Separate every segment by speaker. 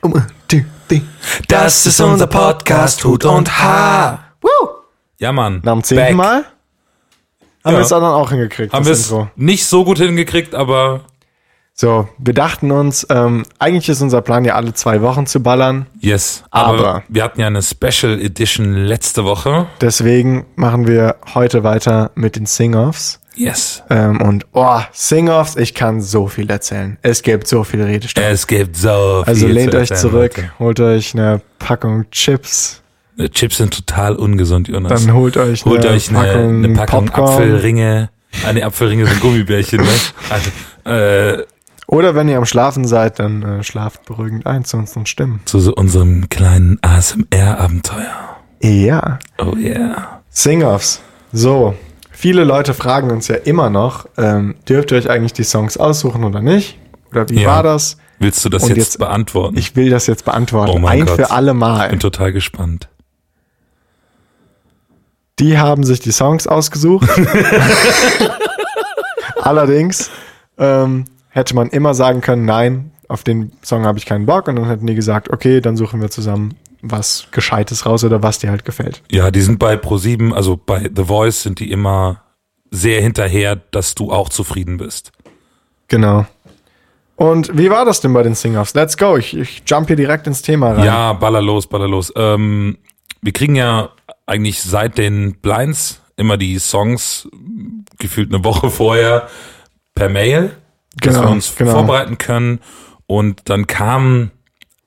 Speaker 1: um,
Speaker 2: Das ist unser Podcast Hut und Haar.
Speaker 3: Ja, Mann.
Speaker 1: Nach dem zehnten
Speaker 2: Back.
Speaker 1: Mal haben
Speaker 3: Ja.
Speaker 1: wir es dann auch hingekriegt,
Speaker 3: Haben wir
Speaker 1: das
Speaker 3: es
Speaker 1: Intro.
Speaker 3: nicht so gut hingekriegt, aber
Speaker 1: So, wir dachten uns, ähm, eigentlich ist unser Plan ja alle zwei Wochen zu ballern.
Speaker 3: yes. Aber,
Speaker 1: Aber.
Speaker 3: wir hatten ja eine Special Edition letzte Woche.
Speaker 1: Deswegen machen wir heute weiter mit den Sing-Offs.
Speaker 3: Yes.
Speaker 1: Ähm, und, oh, Sing-Offs, ich kann so viel erzählen. Es gibt so viel Redestoff.
Speaker 3: Es gibt so viel
Speaker 1: also
Speaker 3: zu
Speaker 1: lehnt euch
Speaker 3: erzählen,
Speaker 1: zurück,
Speaker 3: Leute.
Speaker 1: holt euch eine Packung Chips,
Speaker 3: Äh, Chips sind total ungesund, Jonas.
Speaker 1: dann holt euch
Speaker 3: Holt
Speaker 1: eine,
Speaker 3: euch eine
Speaker 1: Packung,
Speaker 3: Packung, eine Packung
Speaker 1: Popcorn.
Speaker 3: Apfelringe. Ah, nee, Apfelringe sind Gummibärchen, ne? Also, äh,
Speaker 1: Oder wenn ihr am Schlafen seid, dann äh, schlaft beruhigend ein zu unseren Stimmen.
Speaker 3: zu so unserem kleinen ASMR-Abenteuer.
Speaker 1: Ja.
Speaker 3: Oh yeah.
Speaker 1: Sing-Offs. So, viele Leute fragen uns ja immer noch, ähm, dürft ihr euch eigentlich die Songs aussuchen oder nicht? Oder wie
Speaker 3: Ja.
Speaker 1: war das?
Speaker 3: Willst du das
Speaker 1: Und
Speaker 3: jetzt,
Speaker 1: jetzt-
Speaker 3: beantworten?
Speaker 1: Ich will das jetzt beantworten,
Speaker 3: Oh mein
Speaker 1: ein
Speaker 3: Gott.
Speaker 1: für alle Mal.
Speaker 3: bin total gespannt.
Speaker 1: Die haben sich die Songs ausgesucht. Allerdings ähm, hätte man immer sagen können, nein, auf den Song habe ich keinen Bock. Und dann hätten die gesagt, okay, dann suchen wir zusammen was Gescheites raus oder was dir halt gefällt.
Speaker 3: Ja, die sind bei Pro7, also bei The Voice sind die immer sehr hinterher, dass du auch zufrieden bist.
Speaker 1: Genau. Und wie war das denn bei den Sing-Offs? Let's go. Ich, ich jump hier direkt ins Thema rein.
Speaker 3: Ja, baller los, baller los. Ähm, wir kriegen ja eigentlich seit den Blinds immer die Songs mh, gefühlt eine Woche vorher per Mail,
Speaker 1: Genau,
Speaker 3: dass wir uns vorbereiten können. Und dann kam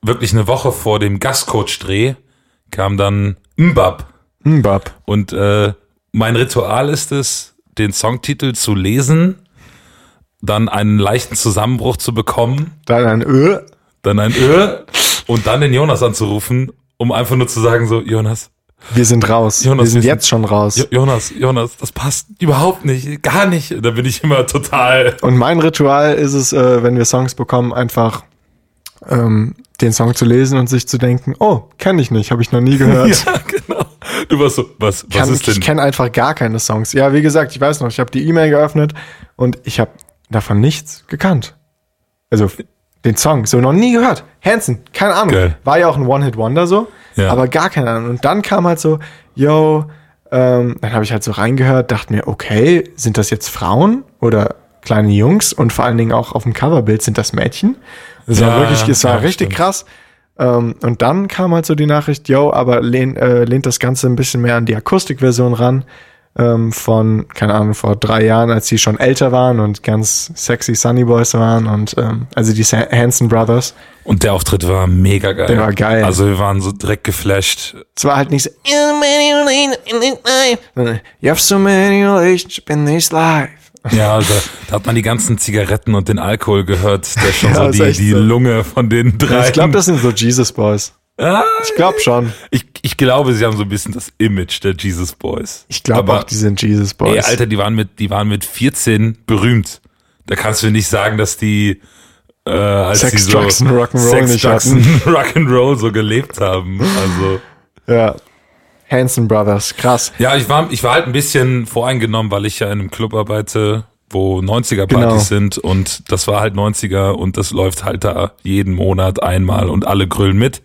Speaker 3: wirklich eine Woche vor dem Gastcoach-Dreh, kam dann Mbab.
Speaker 1: Mbab.
Speaker 3: Und äh, mein Ritual ist es, den Songtitel zu lesen, dann einen leichten Zusammenbruch zu bekommen,
Speaker 1: Dann äh, ein Ö.
Speaker 3: dann ein Ö und dann den Jonas anzurufen, um einfach nur zu sagen so, Jonas,
Speaker 1: Wir sind raus.
Speaker 3: Jonas,
Speaker 1: wir sind
Speaker 3: wir sind-
Speaker 1: jetzt schon raus.
Speaker 3: jo Jonas, Jonas, das passt überhaupt nicht, gar nicht. Da bin ich immer total
Speaker 1: Und mein Ritual ist es, äh, wenn wir Songs bekommen, einfach ähm, den Song zu lesen und sich zu denken, oh, kenne ich nicht, habe ich noch nie gehört.
Speaker 3: Ja, genau. Du warst so, was, was
Speaker 1: Kann,
Speaker 3: ist denn?
Speaker 1: ich kenne einfach gar keine Songs. Ja, wie gesagt, ich weiß noch, ich habe die E-Mail geöffnet und ich habe davon nichts gekannt. Also f- den Song, so noch nie gehört. Hanson, keine Ahnung.
Speaker 3: Geil.
Speaker 1: War ja auch ein One-Hit-Wonder so,
Speaker 3: Ja.
Speaker 1: aber gar keine Ahnung. Und dann kam halt so, yo, ähm, dann habe ich halt so reingehört, dachte mir, okay, sind das jetzt Frauen oder kleine Jungs? Und vor allen Dingen auch auf dem Coverbild sind das Mädchen. Das
Speaker 3: Ja,
Speaker 1: war wirklich,
Speaker 3: ja,
Speaker 1: es war
Speaker 3: ja,
Speaker 1: richtig
Speaker 3: stimmt.
Speaker 1: krass. Ähm, und dann kam halt so die Nachricht, yo, aber lehn, äh, lehnt das Ganze ein bisschen mehr an die Akustikversion ran ähm, von, keine Ahnung, vor drei Jahren, als die schon älter waren und ganz sexy Sunny Boys waren und ähm, also die Sa- Hanson Brothers.
Speaker 3: Und der Auftritt war mega geil.
Speaker 1: Der war geil.
Speaker 3: Also wir waren so direkt geflasht.
Speaker 1: Es war halt nicht so, you have so many relationships in this life.
Speaker 3: Ja, also, da hat man die ganzen Zigaretten und den Alkohol gehört, der schon
Speaker 1: Ja,
Speaker 3: so
Speaker 1: ist
Speaker 3: die,
Speaker 1: echt
Speaker 3: die
Speaker 1: so.
Speaker 3: Lunge von den drei.
Speaker 1: Ich glaube, das sind so Jesus Boys.
Speaker 3: Ah,
Speaker 1: Ich glaube schon.
Speaker 3: ich, ich glaube, sie haben so ein bisschen das Image der Jesus Boys.
Speaker 1: Ich glaube
Speaker 3: Aber,
Speaker 1: auch, die sind Jesus
Speaker 3: Ey,
Speaker 1: Boys.
Speaker 3: Alter, die waren mit, die waren mit 14 berühmt. Da kannst du nicht sagen, dass die äh, als
Speaker 1: Sex,
Speaker 3: die so
Speaker 1: Drugs und Rock'n'Roll
Speaker 3: Sex,
Speaker 1: nicht
Speaker 3: Drugs
Speaker 1: hatten.
Speaker 3: und Rock'n'Roll so gelebt haben. Also
Speaker 1: Ja. Hanson Brothers, krass.
Speaker 3: ja, ich war ich war halt ein bisschen voreingenommen, weil ich ja in einem Club arbeite, wo 90er Partys
Speaker 1: Genau.
Speaker 3: sind und das war halt 90er und das läuft halt da jeden Monat einmal und alle grüllen mit.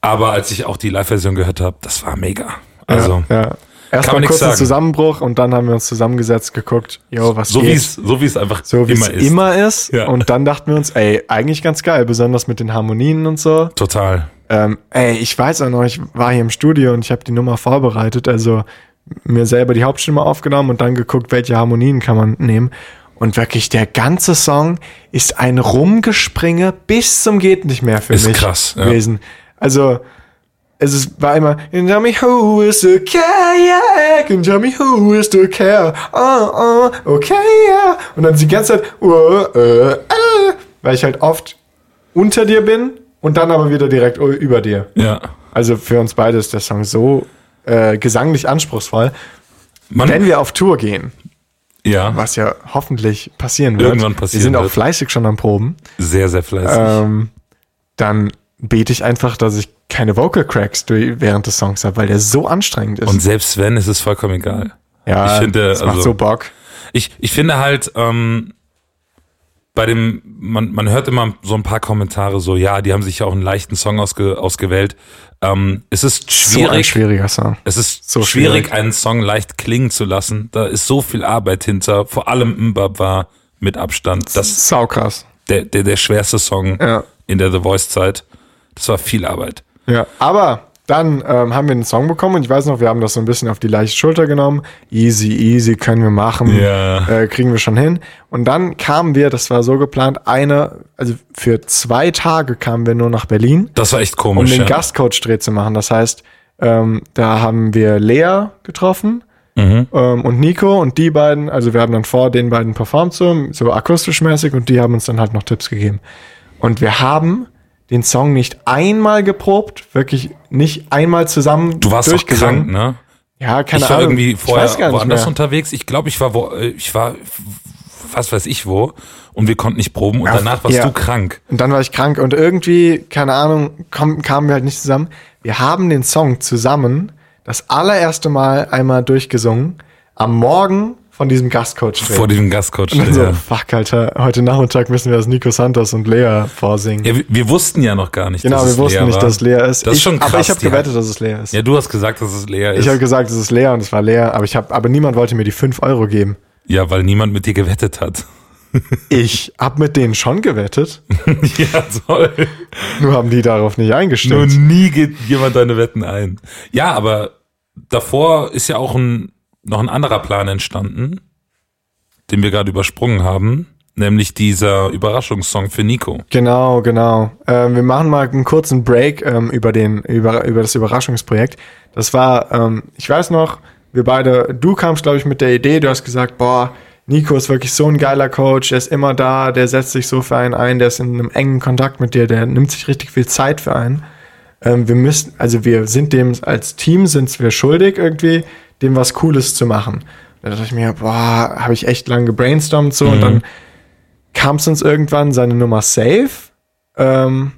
Speaker 3: Aber als ich auch die Live-Version gehört habe, das war mega. Also
Speaker 1: ja, ja.
Speaker 3: man
Speaker 1: Erstmal
Speaker 3: nix
Speaker 1: kurz ein
Speaker 3: sagen.
Speaker 1: Zusammenbruch und dann haben wir uns zusammengesetzt, geguckt, yo, was
Speaker 3: so wie
Speaker 1: geht?
Speaker 3: es so wie es einfach
Speaker 1: so wie
Speaker 3: immer
Speaker 1: es
Speaker 3: ist.
Speaker 1: immer ist.
Speaker 3: Ja.
Speaker 1: Und dann dachten wir uns, ey, eigentlich ganz geil, besonders mit den Harmonien und so.
Speaker 3: Total.
Speaker 1: Ähm, ey, ich weiß auch noch, ich war hier im Studio und ich habe die Nummer vorbereitet, also mir selber die Hauptstimme aufgenommen und dann geguckt, welche Harmonien kann man nehmen. Und wirklich, der ganze Song ist ein Rumgespringe bis zum geht nicht mehr für
Speaker 3: Ist
Speaker 1: mich
Speaker 3: krass, ja.
Speaker 1: gewesen. Also es ist, war immer And tell me who is the kayak And tell me who is the care Oh, oh, okay, yeah Und dann die ganze Zeit uh, uh, uh, Weil ich halt oft unter dir bin und dann aber wieder direkt über dir.
Speaker 3: Ja.
Speaker 1: Also für uns beide ist der Song so äh, gesanglich anspruchsvoll.
Speaker 3: Man,
Speaker 1: Wenn wir auf Tour gehen,
Speaker 3: ja,
Speaker 1: was ja hoffentlich passieren wird,
Speaker 3: Irgendwann passieren
Speaker 1: wir sind auch
Speaker 3: wird.
Speaker 1: fleißig schon am Proben,
Speaker 3: sehr, sehr fleißig.
Speaker 1: ähm, dann bete ich einfach, dass ich keine Vocal Cracks durch, während des Songs habe, weil der so anstrengend ist.
Speaker 3: Und selbst wenn, ist es vollkommen egal.
Speaker 1: ja,
Speaker 3: ich finde,
Speaker 1: das macht
Speaker 3: also-
Speaker 1: so Bock.
Speaker 3: Ich, ich finde halt, ähm, bei dem, man, man hört immer so ein paar Kommentare so, ja, die haben sich ja auch einen leichten Song ausge, ausgewählt. Ähm, es ist
Speaker 1: So ein
Speaker 3: schwierig,
Speaker 1: schwieriger Song.
Speaker 3: es ist
Speaker 1: so
Speaker 3: schwierig,
Speaker 1: schwierig.
Speaker 3: einen Song leicht klingen zu lassen. Da ist so viel Arbeit hinter, vor allem Mbaba mit Abstand. Das
Speaker 1: Saukrass.
Speaker 3: der, der, der schwerste Song
Speaker 1: Ja.
Speaker 3: in der The Voice-Zeit. Das war viel Arbeit.
Speaker 1: Ja, aber dann ähm, haben wir einen Song bekommen und ich weiß noch, wir haben das so ein bisschen auf die leichte Schulter genommen. Easy, easy, können wir machen.
Speaker 3: Ja.
Speaker 1: Äh, kriegen wir schon hin. Und dann kamen wir, das war so geplant, eine, also für zwei Tage kamen wir nur nach Berlin,
Speaker 3: Das war echt
Speaker 1: um
Speaker 3: komisch.
Speaker 1: den
Speaker 3: ja.
Speaker 1: Gastcoach-Dreh zu machen. Das heißt, ähm, da haben wir Lea getroffen
Speaker 3: Mhm.
Speaker 1: ähm, und Nico und die beiden, also wir haben dann vor den beiden performt, so, so akustisch mäßig und die haben uns dann halt noch Tipps gegeben. Und wir haben den Song nicht einmal geprobt, wirklich nicht einmal zusammen
Speaker 3: du warst doch krank, ne?
Speaker 1: Ja, keine
Speaker 3: ich war
Speaker 1: Ahnung.
Speaker 3: irgendwie vorher
Speaker 1: ich weiß gar nicht
Speaker 3: woanders
Speaker 1: mehr.
Speaker 3: unterwegs. Ich glaube, ich war wo, äh, ich war f- was weiß ich wo und wir konnten nicht proben und danach warst
Speaker 1: ja.
Speaker 3: du krank.
Speaker 1: Und dann war ich krank und irgendwie, keine Ahnung, komm, kamen wir halt nicht zusammen. Wir haben den Song zusammen das allererste Mal einmal durchgesungen am Morgen von diesem Gastcoach.
Speaker 3: Vor diesem Gastcoach.
Speaker 1: Und dann so,
Speaker 3: Ja.
Speaker 1: fuck, Alter, heute Nachmittag müssen wir das Nico Santos und Lea vorsingen.
Speaker 3: Ja, wir, wir wussten ja noch gar nicht,
Speaker 1: genau, wir
Speaker 3: es
Speaker 1: wussten
Speaker 3: leer
Speaker 1: nicht,
Speaker 3: war.
Speaker 1: dass es Lea ist.
Speaker 3: Das ist
Speaker 1: ich,
Speaker 3: schon krass.
Speaker 1: aber ich habe
Speaker 3: die hat-
Speaker 1: gewettet, dass es Lea ist.
Speaker 3: Ja, du hast gesagt, dass es leer
Speaker 1: ich habe
Speaker 3: ist.
Speaker 1: gesagt, es ist Lea und es war Lea, aber ich hab, aber niemand wollte mir die 5 Euro geben.
Speaker 3: Ja, weil niemand mit dir gewettet hat.
Speaker 1: Ich hab mit denen schon gewettet,
Speaker 3: ja, toll.
Speaker 1: nur haben die darauf nicht
Speaker 3: Nur
Speaker 1: eingestimmt.
Speaker 3: nie geht jemand deine Wetten ein. Ja, aber davor ist ja auch ein, noch ein anderer Plan entstanden, den wir gerade übersprungen haben, nämlich dieser Überraschungssong für Nico.
Speaker 1: Genau, genau. Ähm, wir machen mal einen kurzen Break ähm, über, den, über, über das Überraschungsprojekt. Das war, ähm, ich weiß noch, wir beide, du kamst, glaube ich, mit der Idee, du hast gesagt, boah, Nico ist wirklich so ein geiler Coach, der ist immer da, der setzt sich so für einen ein, der ist in einem engen Kontakt mit dir, der nimmt sich richtig viel Zeit für einen. Ähm, wir müssen, also wir sind dem als Team sind wir schuldig irgendwie, dem was Cooles zu machen. Da dachte ich mir, boah, habe ich echt lang gebrainstormt so und dann kam es uns irgendwann, seine Nummer safe, ähm,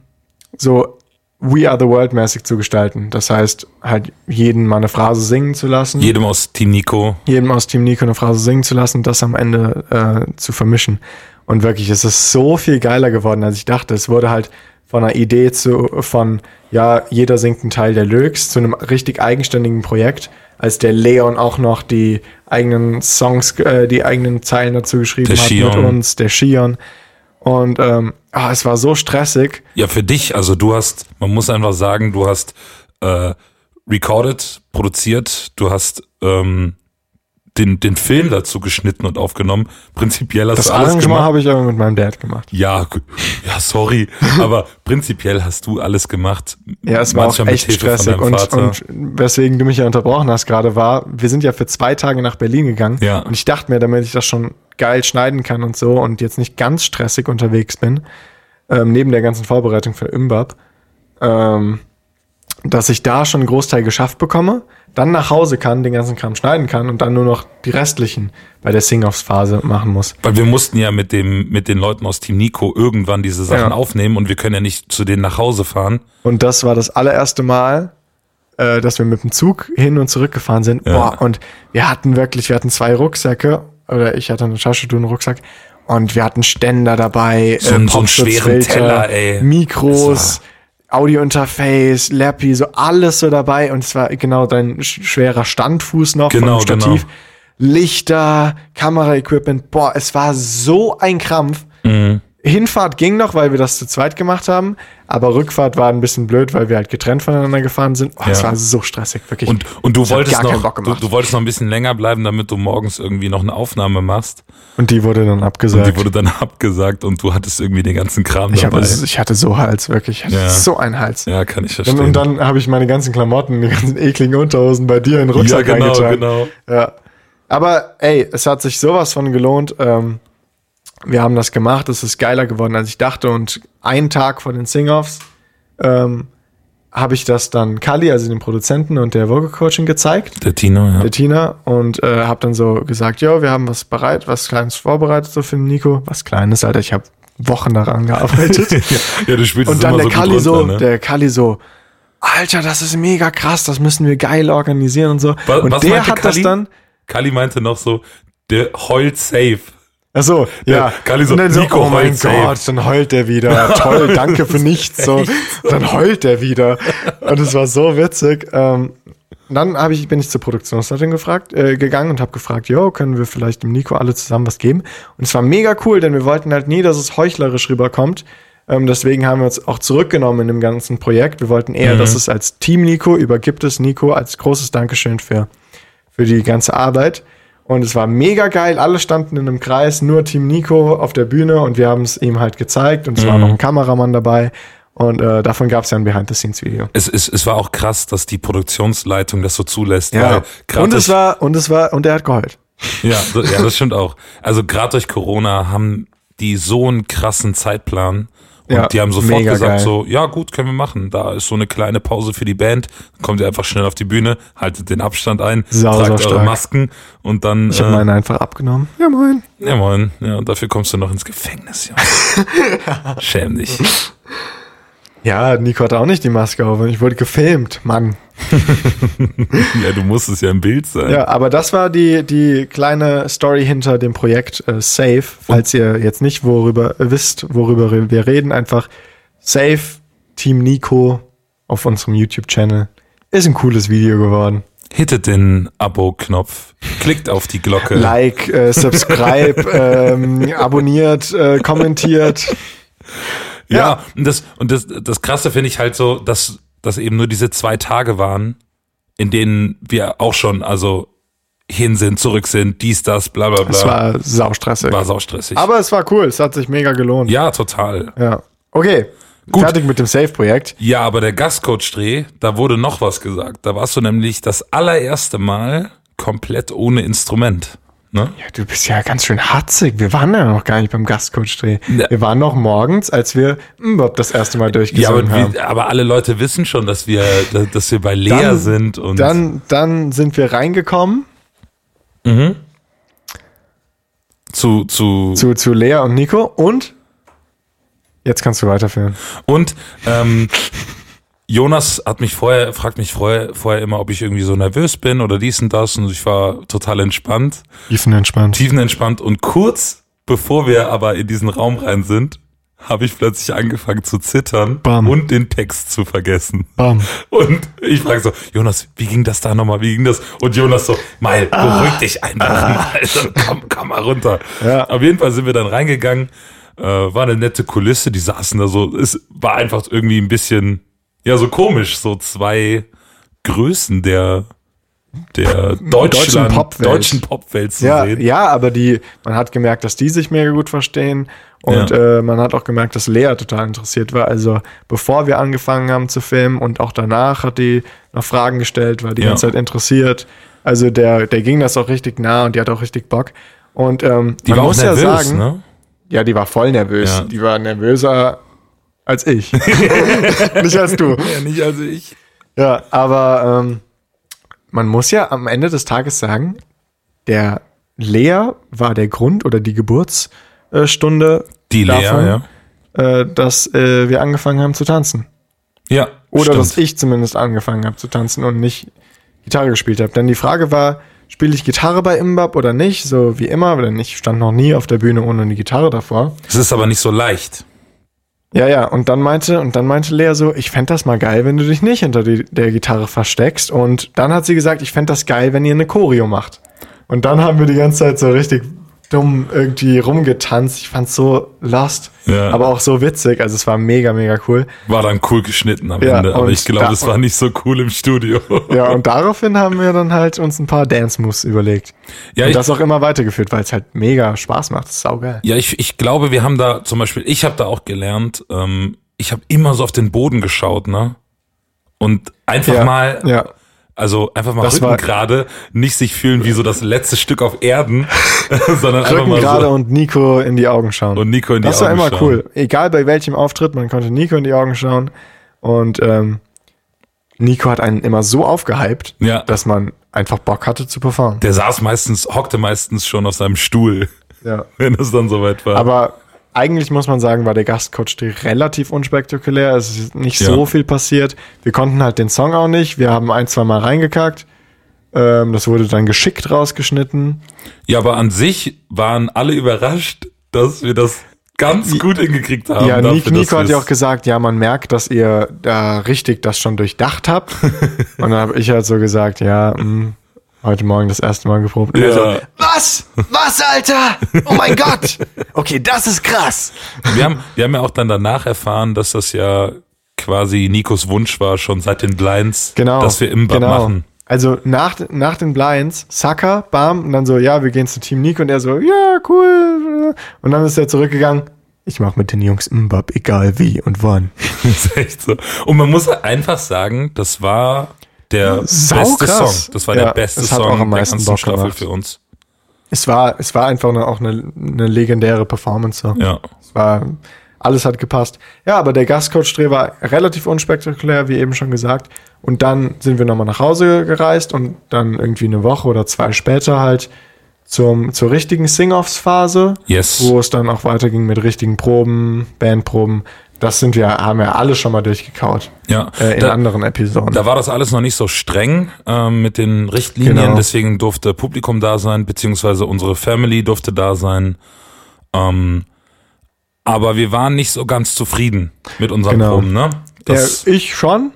Speaker 1: so We Are the World mäßig zu gestalten. Das heißt, halt jeden mal eine Phrase singen zu lassen,
Speaker 3: Jedem aus Team Nico.
Speaker 1: jedem aus Team Nico eine Phrase singen zu lassen, das am Ende äh, zu vermischen. Und wirklich, es ist so viel geiler geworden, als ich dachte. Es wurde halt von einer Idee zu, von, ja, jeder singt einen Teil der Lyrics zu einem richtig eigenständigen Projekt, als der Leon auch noch die eigenen Songs, äh, die eigenen Zeilen dazu geschrieben
Speaker 3: Der
Speaker 1: hat
Speaker 3: Shion.
Speaker 1: mit uns, der Shion. Und ähm, ah, es war so stressig.
Speaker 3: Ja, für dich, also du hast, man muss einfach sagen, du hast äh, recorded, produziert, du hast ähm, den, den Film dazu geschnitten und aufgenommen. Prinzipiell hast
Speaker 1: Das
Speaker 3: du alles
Speaker 1: Arrangement
Speaker 3: gemacht.
Speaker 1: habe ich aber mit meinem Dad gemacht.
Speaker 3: Ja, gu- ja, sorry, aber prinzipiell hast du alles gemacht.
Speaker 1: Ja, es war auch
Speaker 3: Manchmal mit
Speaker 1: echt
Speaker 3: Hilfe von
Speaker 1: stressig
Speaker 3: deinem
Speaker 1: und,
Speaker 3: Vater.
Speaker 1: und weswegen du mich ja unterbrochen hast gerade war, wir sind ja für zwei Tage nach Berlin gegangen
Speaker 3: Ja.
Speaker 1: und ich dachte mir, damit ich das schon geil schneiden kann und so und jetzt nicht ganz stressig unterwegs bin, ähm, neben der ganzen Vorbereitung für Imbab, ähm, dass ich da schon einen Großteil geschafft bekomme, dann nach Hause kann, den ganzen Kram schneiden kann und dann nur noch die restlichen bei der Sing-Offs-Phase machen muss.
Speaker 3: Weil wir mussten ja mit dem, mit den Leuten aus Team Nico irgendwann diese Sachen
Speaker 1: Ja.
Speaker 3: aufnehmen und wir können ja nicht zu denen nach Hause fahren.
Speaker 1: Und das war das allererste Mal, äh, dass wir mit dem Zug hin und zurück gefahren sind. Boah, und wir hatten wirklich, wir hatten zwei Rucksäcke, oder ich hatte eine Tasche, du einen Rucksack, und wir hatten Ständer dabei, äh,
Speaker 3: So einen- so einen schweren
Speaker 1: Popschutzfilter,
Speaker 3: Teller, ey.
Speaker 1: Mikros, Audiointerface, Lappy, so alles so dabei. Und es war genau dein sch- schwerer Standfuß noch
Speaker 3: Genau,
Speaker 1: vom Stativ. Lichter, Kameraequipment, boah, es war so ein Krampf.
Speaker 3: Mhm.
Speaker 1: Hinfahrt ging noch, weil wir das zu zweit gemacht haben, aber Rückfahrt war ein bisschen blöd, weil wir halt getrennt voneinander gefahren sind. Oh, es
Speaker 3: Ja.
Speaker 1: war so stressig, wirklich.
Speaker 3: Und, und du
Speaker 1: Ich hab
Speaker 3: wolltest
Speaker 1: gar keinen
Speaker 3: noch,
Speaker 1: Bock
Speaker 3: du,
Speaker 1: gemacht.
Speaker 3: du wolltest noch ein bisschen länger bleiben, damit du morgens irgendwie noch eine Aufnahme machst.
Speaker 1: und die wurde dann abgesagt.
Speaker 3: Die wurde dann abgesagt und du hattest irgendwie den ganzen Kram
Speaker 1: ich,
Speaker 3: dabei.
Speaker 1: habe, ich hatte so Hals, wirklich. Ich hatte
Speaker 3: Ja.
Speaker 1: so einen Hals.
Speaker 3: ja, kann ich verstehen.
Speaker 1: Und, und dann habe ich meine ganzen Klamotten, die ganzen ekligen Unterhosen bei dir in den Rucksack
Speaker 3: Ja, genau,
Speaker 1: reingetan.
Speaker 3: genau.
Speaker 1: Ja. Aber ey, es hat sich sowas von gelohnt. Ähm, wir haben das gemacht, es ist geiler geworden, als ich dachte. Und einen Tag vor den Sing-Offs ähm, habe ich das dann Kali, also dem Produzenten und der Vocal Coaching gezeigt
Speaker 3: der Tino, ja.
Speaker 1: der Tina und äh, habe dann so gesagt, jo, wir haben was bereit, was Kleines vorbereitet so für den Nico. Was Kleines, Alter, ich habe Wochen daran gearbeitet.
Speaker 3: ja, du spielst es
Speaker 1: und dann
Speaker 3: immer
Speaker 1: der
Speaker 3: so
Speaker 1: Kali
Speaker 3: gut
Speaker 1: so,
Speaker 3: runter, ne?
Speaker 1: der Kali so, Alter, das ist mega krass, das müssen wir geil organisieren und so.
Speaker 3: Wa-
Speaker 1: und
Speaker 3: was
Speaker 1: der
Speaker 3: meinte
Speaker 1: hat das
Speaker 3: Kali?
Speaker 1: dann,
Speaker 3: Kali meinte noch so, der heult safe.
Speaker 1: Ach so, ja.
Speaker 3: Ja, Kali so,
Speaker 1: Und dann so,
Speaker 3: Nico
Speaker 1: oh mein
Speaker 3: heult safe.
Speaker 1: Gott, dann heult er wieder. Toll, danke für nichts. So, dann heult er wieder. Und es war so witzig. Ähm, dann habe ich, bin ich zur Produktionsleitung gefragt, äh, gegangen und habe gefragt, jo, können wir vielleicht dem Nico alle zusammen was geben? Und es war mega cool, denn wir wollten halt nie, dass es heuchlerisch rüberkommt. Ähm, deswegen haben wir uns auch zurückgenommen in dem ganzen Projekt. Wir wollten eher,
Speaker 3: Mhm.
Speaker 1: dass es als Team Nico übergibt es Nico als großes Dankeschön für für die ganze Arbeit. Und es war mega geil. Alle standen in einem Kreis, nur Team Nico auf der Bühne und wir haben es ihm halt gezeigt. Und es war noch ein Kameramann dabei. Und äh, davon gab es ja ein Behind-the-Scenes-Video.
Speaker 3: Es, es, es war auch krass, dass die Produktionsleitung das so zulässt. weil grad
Speaker 1: Und es
Speaker 3: durch-
Speaker 1: war, und es war, und er hat geheult.
Speaker 3: Ja, so, ja, das stimmt auch. Also gerade durch Corona haben die so einen krassen Zeitplan und
Speaker 1: Ja,
Speaker 3: die haben sofort
Speaker 1: mega
Speaker 3: gesagt
Speaker 1: geil.
Speaker 3: so, ja gut, können wir machen. Da ist so eine kleine Pause für die Band. Dann kommt ihr einfach schnell auf die Bühne, haltet den Abstand ein,
Speaker 1: Sau, sau
Speaker 3: tragt eure
Speaker 1: stark.
Speaker 3: Masken und dann äh,
Speaker 1: Ich habe meinen einfach abgenommen. Ja, moin.
Speaker 3: ja moin, ja, und dafür kommst du noch ins Gefängnis, ja. Schäm dich.
Speaker 1: Ja, Nico hatte auch nicht die Maske auf und ich wurde gefilmt, Mann.
Speaker 3: Ja, du musst es ja im Bild sein.
Speaker 1: Ja, aber das war die, die kleine Story hinter dem Projekt äh, Safe. Falls ihr jetzt nicht worüber äh, wisst, worüber wir reden, einfach Safe Team Nico auf unserem YouTube-Channel. Ist ein cooles Video geworden.
Speaker 3: Hittet den Abo-Knopf, klickt auf die Glocke.
Speaker 1: Like, äh, subscribe, ähm, abonniert, äh, kommentiert.
Speaker 3: Ja,
Speaker 1: Ja.
Speaker 3: und das, und das, das krasse finde ich halt so, dass, dass eben nur diese zwei Tage waren, in denen wir auch schon, also hin sind, zurück sind, dies, das, bla bla bla.
Speaker 1: Es war saustressig.
Speaker 3: war saustressig.
Speaker 1: Aber es war cool, es hat sich mega gelohnt.
Speaker 3: ja, total.
Speaker 1: ja. Okay,
Speaker 3: Gut.
Speaker 1: fertig mit dem Safe-Projekt.
Speaker 3: Ja, aber der Gastcoach-Dreh, da wurde noch was gesagt. Da warst du nämlich das allererste Mal komplett ohne Instrument. Ne?
Speaker 1: Ja, du bist ja ganz schön hatzig. Wir waren ja noch gar nicht beim Gastcoach-Dreh.
Speaker 3: Ne.
Speaker 1: Wir waren noch morgens, als wir Mbop das erste Mal
Speaker 3: Ja,
Speaker 1: durchgesungen
Speaker 3: aber,
Speaker 1: haben.
Speaker 3: wir, aber alle Leute wissen schon, dass wir, dass wir bei Lea
Speaker 1: Dann-
Speaker 3: sind und
Speaker 1: Dann, dann sind wir reingekommen
Speaker 3: zu, zu,
Speaker 1: zu, zu Lea und Nico und jetzt kannst du weiterführen.
Speaker 3: Und ähm, Jonas hat mich vorher, fragt mich vorher, vorher immer, ob ich irgendwie so nervös bin oder dies und das. Und ich war total entspannt,
Speaker 1: Tiefen entspannt.
Speaker 3: tiefenentspannt. Und kurz bevor wir aber in diesen Raum rein sind, habe ich plötzlich angefangen zu zittern
Speaker 1: Bam.
Speaker 3: und den Text zu vergessen.
Speaker 1: Bam.
Speaker 3: Und ich frage so, Jonas, wie ging das da nochmal? Wie ging das? Und Jonas so, Meil, beruhig dich einfach mal. So, komm, komm mal runter.
Speaker 1: Ah. Ja.
Speaker 3: Auf jeden Fall sind wir dann reingegangen. Äh, war eine nette Kulisse, die saßen da so. Es war einfach irgendwie ein bisschen, ja, so komisch. So zwei Größen der, der Deutschland,
Speaker 1: Popwelt.
Speaker 3: deutschen Popwelt zu
Speaker 1: Ja,
Speaker 3: sehen.
Speaker 1: ja, aber die, man hat gemerkt, dass die sich mega gut verstehen und äh, man hat auch gemerkt, dass Lea total interessiert war. Also bevor wir angefangen haben zu filmen und auch danach hat die noch Fragen gestellt, war die
Speaker 3: Ja.
Speaker 1: ganze Zeit interessiert. Also der, der ging das auch richtig nah und die hat auch richtig Bock. Und ähm,
Speaker 3: Die
Speaker 1: man
Speaker 3: war auch
Speaker 1: muss
Speaker 3: nervös,
Speaker 1: ja sagen,
Speaker 3: ne?
Speaker 1: ja, die war voll nervös.
Speaker 3: Ja.
Speaker 1: Die war nervöser als ich, nicht als du.
Speaker 3: Ja, nicht also ich.
Speaker 1: Ja, aber ähm, man muss ja am Ende des Tages sagen, der Lea war der Grund oder die Geburtsstunde,
Speaker 3: Die Lea,
Speaker 1: Davon?
Speaker 3: ja.
Speaker 1: äh, dass äh, wir angefangen haben zu tanzen.
Speaker 3: Ja,
Speaker 1: Oder
Speaker 3: stimmt.
Speaker 1: dass ich zumindest angefangen habe zu tanzen und nicht Gitarre gespielt habe. Denn die Frage war, spiele ich Gitarre bei Imbab oder nicht? So wie immer, denn ich stand noch nie auf der Bühne ohne eine Gitarre davor.
Speaker 3: Es ist aber nicht so leicht.
Speaker 1: Ja, ja, und dann meinte, und dann meinte Lea so, ich fänd das mal geil, wenn du dich nicht hinter die, der Gitarre versteckst. Und dann hat sie gesagt, ich fänd das geil, wenn ihr eine Choreo macht. Und dann haben wir die ganze Zeit so richtig dumm irgendwie rumgetanzt. Ich fand's so lost,
Speaker 3: Ja.
Speaker 1: aber auch so witzig. Also es war mega, mega cool.
Speaker 3: War dann cool geschnitten am
Speaker 1: Ja,
Speaker 3: Ende, aber
Speaker 1: und
Speaker 3: ich glaube,
Speaker 1: da-
Speaker 3: es war nicht so cool im Studio.
Speaker 1: Ja, und daraufhin haben wir dann halt uns ein paar Dance-Moves überlegt.
Speaker 3: Ja,
Speaker 1: und
Speaker 3: ich-
Speaker 1: das auch immer weitergeführt, weil es halt mega Spaß macht. Das ist saugeil.
Speaker 3: Ja, ich, ich glaube, wir haben da zum Beispiel, ich habe da auch gelernt, ähm, ich habe immer so auf den Boden geschaut, ne? Und einfach
Speaker 1: ja,
Speaker 3: mal,
Speaker 1: ja.
Speaker 3: also einfach mal
Speaker 1: Das war-
Speaker 3: Rücken gerade, nicht sich fühlen wie so das letzte Stück auf Erden, sondern einfach
Speaker 1: Rücken
Speaker 3: mal
Speaker 1: gerade
Speaker 3: so.
Speaker 1: und Nico in die Augen schauen.
Speaker 3: Und Nico in die
Speaker 1: das
Speaker 3: Augen
Speaker 1: Das war immer
Speaker 3: schauen.
Speaker 1: cool. Egal bei welchem Auftritt, man konnte Nico in die Augen schauen. Und ähm, Nico hat einen immer so aufgehypt,
Speaker 3: Ja.
Speaker 1: dass man einfach Bock hatte zu performen.
Speaker 3: Der saß meistens, hockte meistens schon auf seinem Stuhl,
Speaker 1: Ja.
Speaker 3: wenn es dann soweit war.
Speaker 1: Aber eigentlich muss man sagen, war der Gastcoach relativ unspektakulär. Es ist nicht
Speaker 3: Ja.
Speaker 1: so viel passiert. Wir konnten halt den Song auch nicht. Wir haben ein, zwei Mal reingekackt. Ähm, das wurde dann geschickt rausgeschnitten.
Speaker 3: Ja, aber an sich waren alle überrascht, dass wir das ganz gut hingekriegt haben.
Speaker 1: ja,
Speaker 3: Ähm, dafür,
Speaker 1: Nico,
Speaker 3: dass
Speaker 1: Nico hat
Speaker 3: wir's-
Speaker 1: ja auch gesagt, ja, man merkt, dass ihr da richtig das schon durchdacht habt. Und dann habe ich halt so gesagt, ja, mh, heute Morgen das erste Mal geprobt. Und er so,
Speaker 3: Ja.
Speaker 1: was? Was, Alter? Oh mein Gott! Okay, das ist krass.
Speaker 3: Wir haben, wir haben ja auch dann danach erfahren, dass das ja quasi Nikos Wunsch war, schon seit den Blinds,
Speaker 1: Genau.
Speaker 3: dass wir im Bad machen.
Speaker 1: Also nach, nach den Blinds, Sucker, bam, und dann so, ja, wir gehen zu Team Nick und er so, ja, cool. Und dann ist er zurückgegangen. Ich mach mit den Jungs Mbab, egal wie und wann.
Speaker 3: Das ist echt so. Und man muss einfach sagen, das war der
Speaker 1: Saukrass.
Speaker 3: beste Song. Das war
Speaker 1: Ja,
Speaker 3: der beste
Speaker 1: das hat auch am
Speaker 3: Song der
Speaker 1: meisten
Speaker 3: ganzen
Speaker 1: Bock
Speaker 3: Staffel
Speaker 1: gemacht.
Speaker 3: für uns.
Speaker 1: Es war, es war einfach eine, auch eine, eine legendäre Performance. So.
Speaker 3: Ja.
Speaker 1: Es war, alles hat gepasst. Ja, aber der Gastcoach Dreh war relativ unspektakulär, wie eben schon gesagt. Und dann sind wir nochmal nach Hause gereist und dann irgendwie eine Woche oder zwei später halt zum, zur richtigen Sing-Offs-Phase.
Speaker 3: Yes.
Speaker 1: Wo es dann auch weiterging mit richtigen Proben, Bandproben. Das sind wir, haben wir alle schon mal durchgekaut.
Speaker 3: Ja.
Speaker 1: Äh, in
Speaker 3: Da-
Speaker 1: anderen Episoden.
Speaker 3: Da war das alles noch nicht so streng ähm, mit den Richtlinien,
Speaker 1: Genau.
Speaker 3: deswegen durfte Publikum da sein, beziehungsweise unsere Family durfte da sein. Ähm, aber wir waren nicht so ganz zufrieden mit unseren
Speaker 1: Genau.
Speaker 3: Proben, ne?
Speaker 1: ja,
Speaker 3: Das,
Speaker 1: ich schon.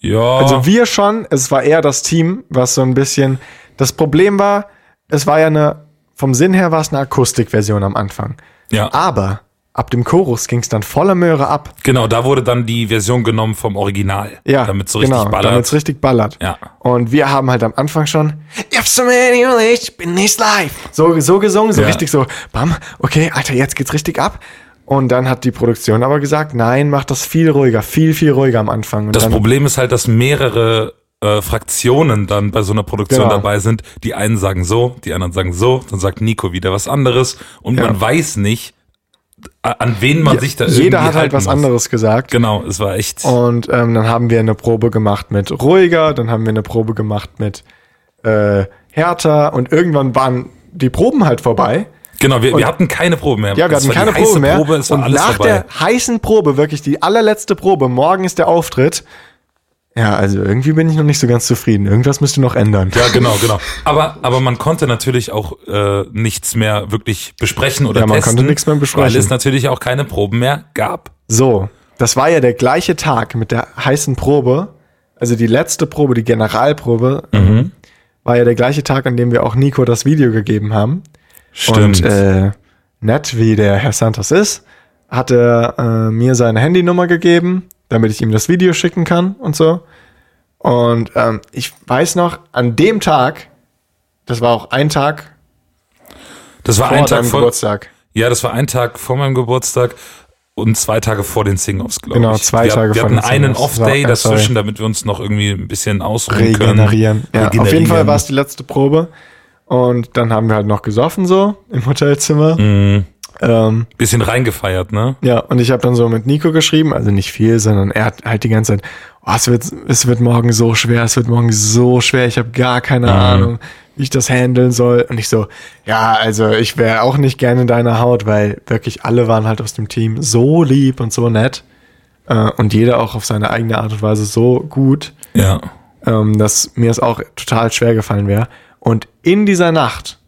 Speaker 3: ja,
Speaker 1: Also wir schon, es war eher das Team, was so ein bisschen. Das Problem war, es war ja eine, vom Sinn her war es eine Akustikversion am Anfang.
Speaker 3: ja.
Speaker 1: Aber ab dem Chorus ging es dann voller Möhre ab.
Speaker 3: Genau, da wurde dann die Version genommen vom Original.
Speaker 1: Ja, genau,
Speaker 3: Damit so richtig ballert.
Speaker 1: Damit es richtig ballert.
Speaker 3: Ja.
Speaker 1: Und wir haben halt am Anfang schon Ich hab so many English, bin nicht live. So, so gesungen, so
Speaker 3: Ja.
Speaker 1: richtig so, bam, okay, Alter, jetzt geht's richtig ab. Und dann hat die Produktion aber gesagt, nein, mach das viel ruhiger, viel, viel ruhiger am Anfang. Und
Speaker 3: das
Speaker 1: dann,
Speaker 3: Problem ist halt, dass mehrere äh, Fraktionen dann bei so einer Produktion
Speaker 1: Genau.
Speaker 3: dabei sind. Die einen sagen so, die anderen sagen so, dann sagt Nico wieder was anderes und
Speaker 1: Ja.
Speaker 3: man weiß nicht, a- an wen man sich da irgendwie
Speaker 1: jeder hat halt
Speaker 3: halten
Speaker 1: was
Speaker 3: muss.
Speaker 1: anderes gesagt.
Speaker 3: Genau, es war echt.
Speaker 1: Und ähm, dann haben wir eine Probe gemacht mit ruhiger, dann haben wir eine Probe gemacht mit äh, härter und irgendwann waren die Proben halt vorbei.
Speaker 3: Genau, wir, wir hatten keine Probe mehr.
Speaker 1: Ja, wir
Speaker 3: Es
Speaker 1: hatten
Speaker 3: war
Speaker 1: keine
Speaker 3: die heiße
Speaker 1: Probe mehr.
Speaker 3: Probe, es war
Speaker 1: und
Speaker 3: alles
Speaker 1: nach
Speaker 3: vorbei.
Speaker 1: der heißen Probe, wirklich die allerletzte Probe, morgen ist der Auftritt. Ja, also irgendwie bin ich noch nicht so ganz zufrieden. Irgendwas müsste noch ändern.
Speaker 3: Ja, genau, genau. Aber, aber man konnte natürlich auch äh, nichts mehr wirklich besprechen oder
Speaker 1: Ja, man
Speaker 3: testen.
Speaker 1: konnte nichts mehr besprechen.
Speaker 3: Weil es natürlich auch keine Proben mehr gab.
Speaker 1: So, das war ja der gleiche Tag mit der heißen Probe. Also die letzte Probe, die Generalprobe, ähm, war ja der gleiche Tag, an dem wir auch Nico das Video gegeben haben. Und äh, nett wie der Herr Santos ist, hat er äh, mir seine Handynummer gegeben, damit ich ihm das Video schicken kann und so. Und ähm, ich weiß noch, an dem Tag, das war auch ein Tag
Speaker 3: das war
Speaker 1: vor
Speaker 3: ein Tag
Speaker 1: deinem
Speaker 3: vor,
Speaker 1: Geburtstag.
Speaker 3: Ja, das war ein Tag vor meinem Geburtstag und zwei Tage vor den Sing-Offs, glaube
Speaker 1: Genau,
Speaker 3: ich.
Speaker 1: zwei
Speaker 3: wir,
Speaker 1: Tage
Speaker 3: wir
Speaker 1: vor
Speaker 3: hatten
Speaker 1: den
Speaker 3: einen
Speaker 1: Sing-Offs. So,
Speaker 3: Off-Day
Speaker 1: ja, sorry.
Speaker 3: dazwischen, damit wir uns noch irgendwie ein bisschen ausruhen
Speaker 1: Regenerieren.
Speaker 3: können.
Speaker 1: Ja, auf jeden Fall war es die letzte Probe. Und dann haben wir halt noch gesoffen so im Hotelzimmer.
Speaker 3: Mhm.
Speaker 1: Ähm,
Speaker 3: Bisschen reingefeiert, ne?
Speaker 1: Ja, und ich habe dann so mit Nico geschrieben, also nicht viel, sondern er hat halt die ganze Zeit, oh, es, wird, es wird morgen so schwer, es wird morgen so schwer, ich habe gar keine Ahnung, wie ich das handeln soll. Und ich so, ja, also ich wäre auch nicht gerne in deiner Haut, weil wirklich alle waren halt aus dem Team so lieb und so nett äh, und jeder auch auf seine eigene Art und Weise so gut,
Speaker 3: Ja.
Speaker 1: ähm, dass mir es auch total schwer gefallen wäre. Und in dieser Nacht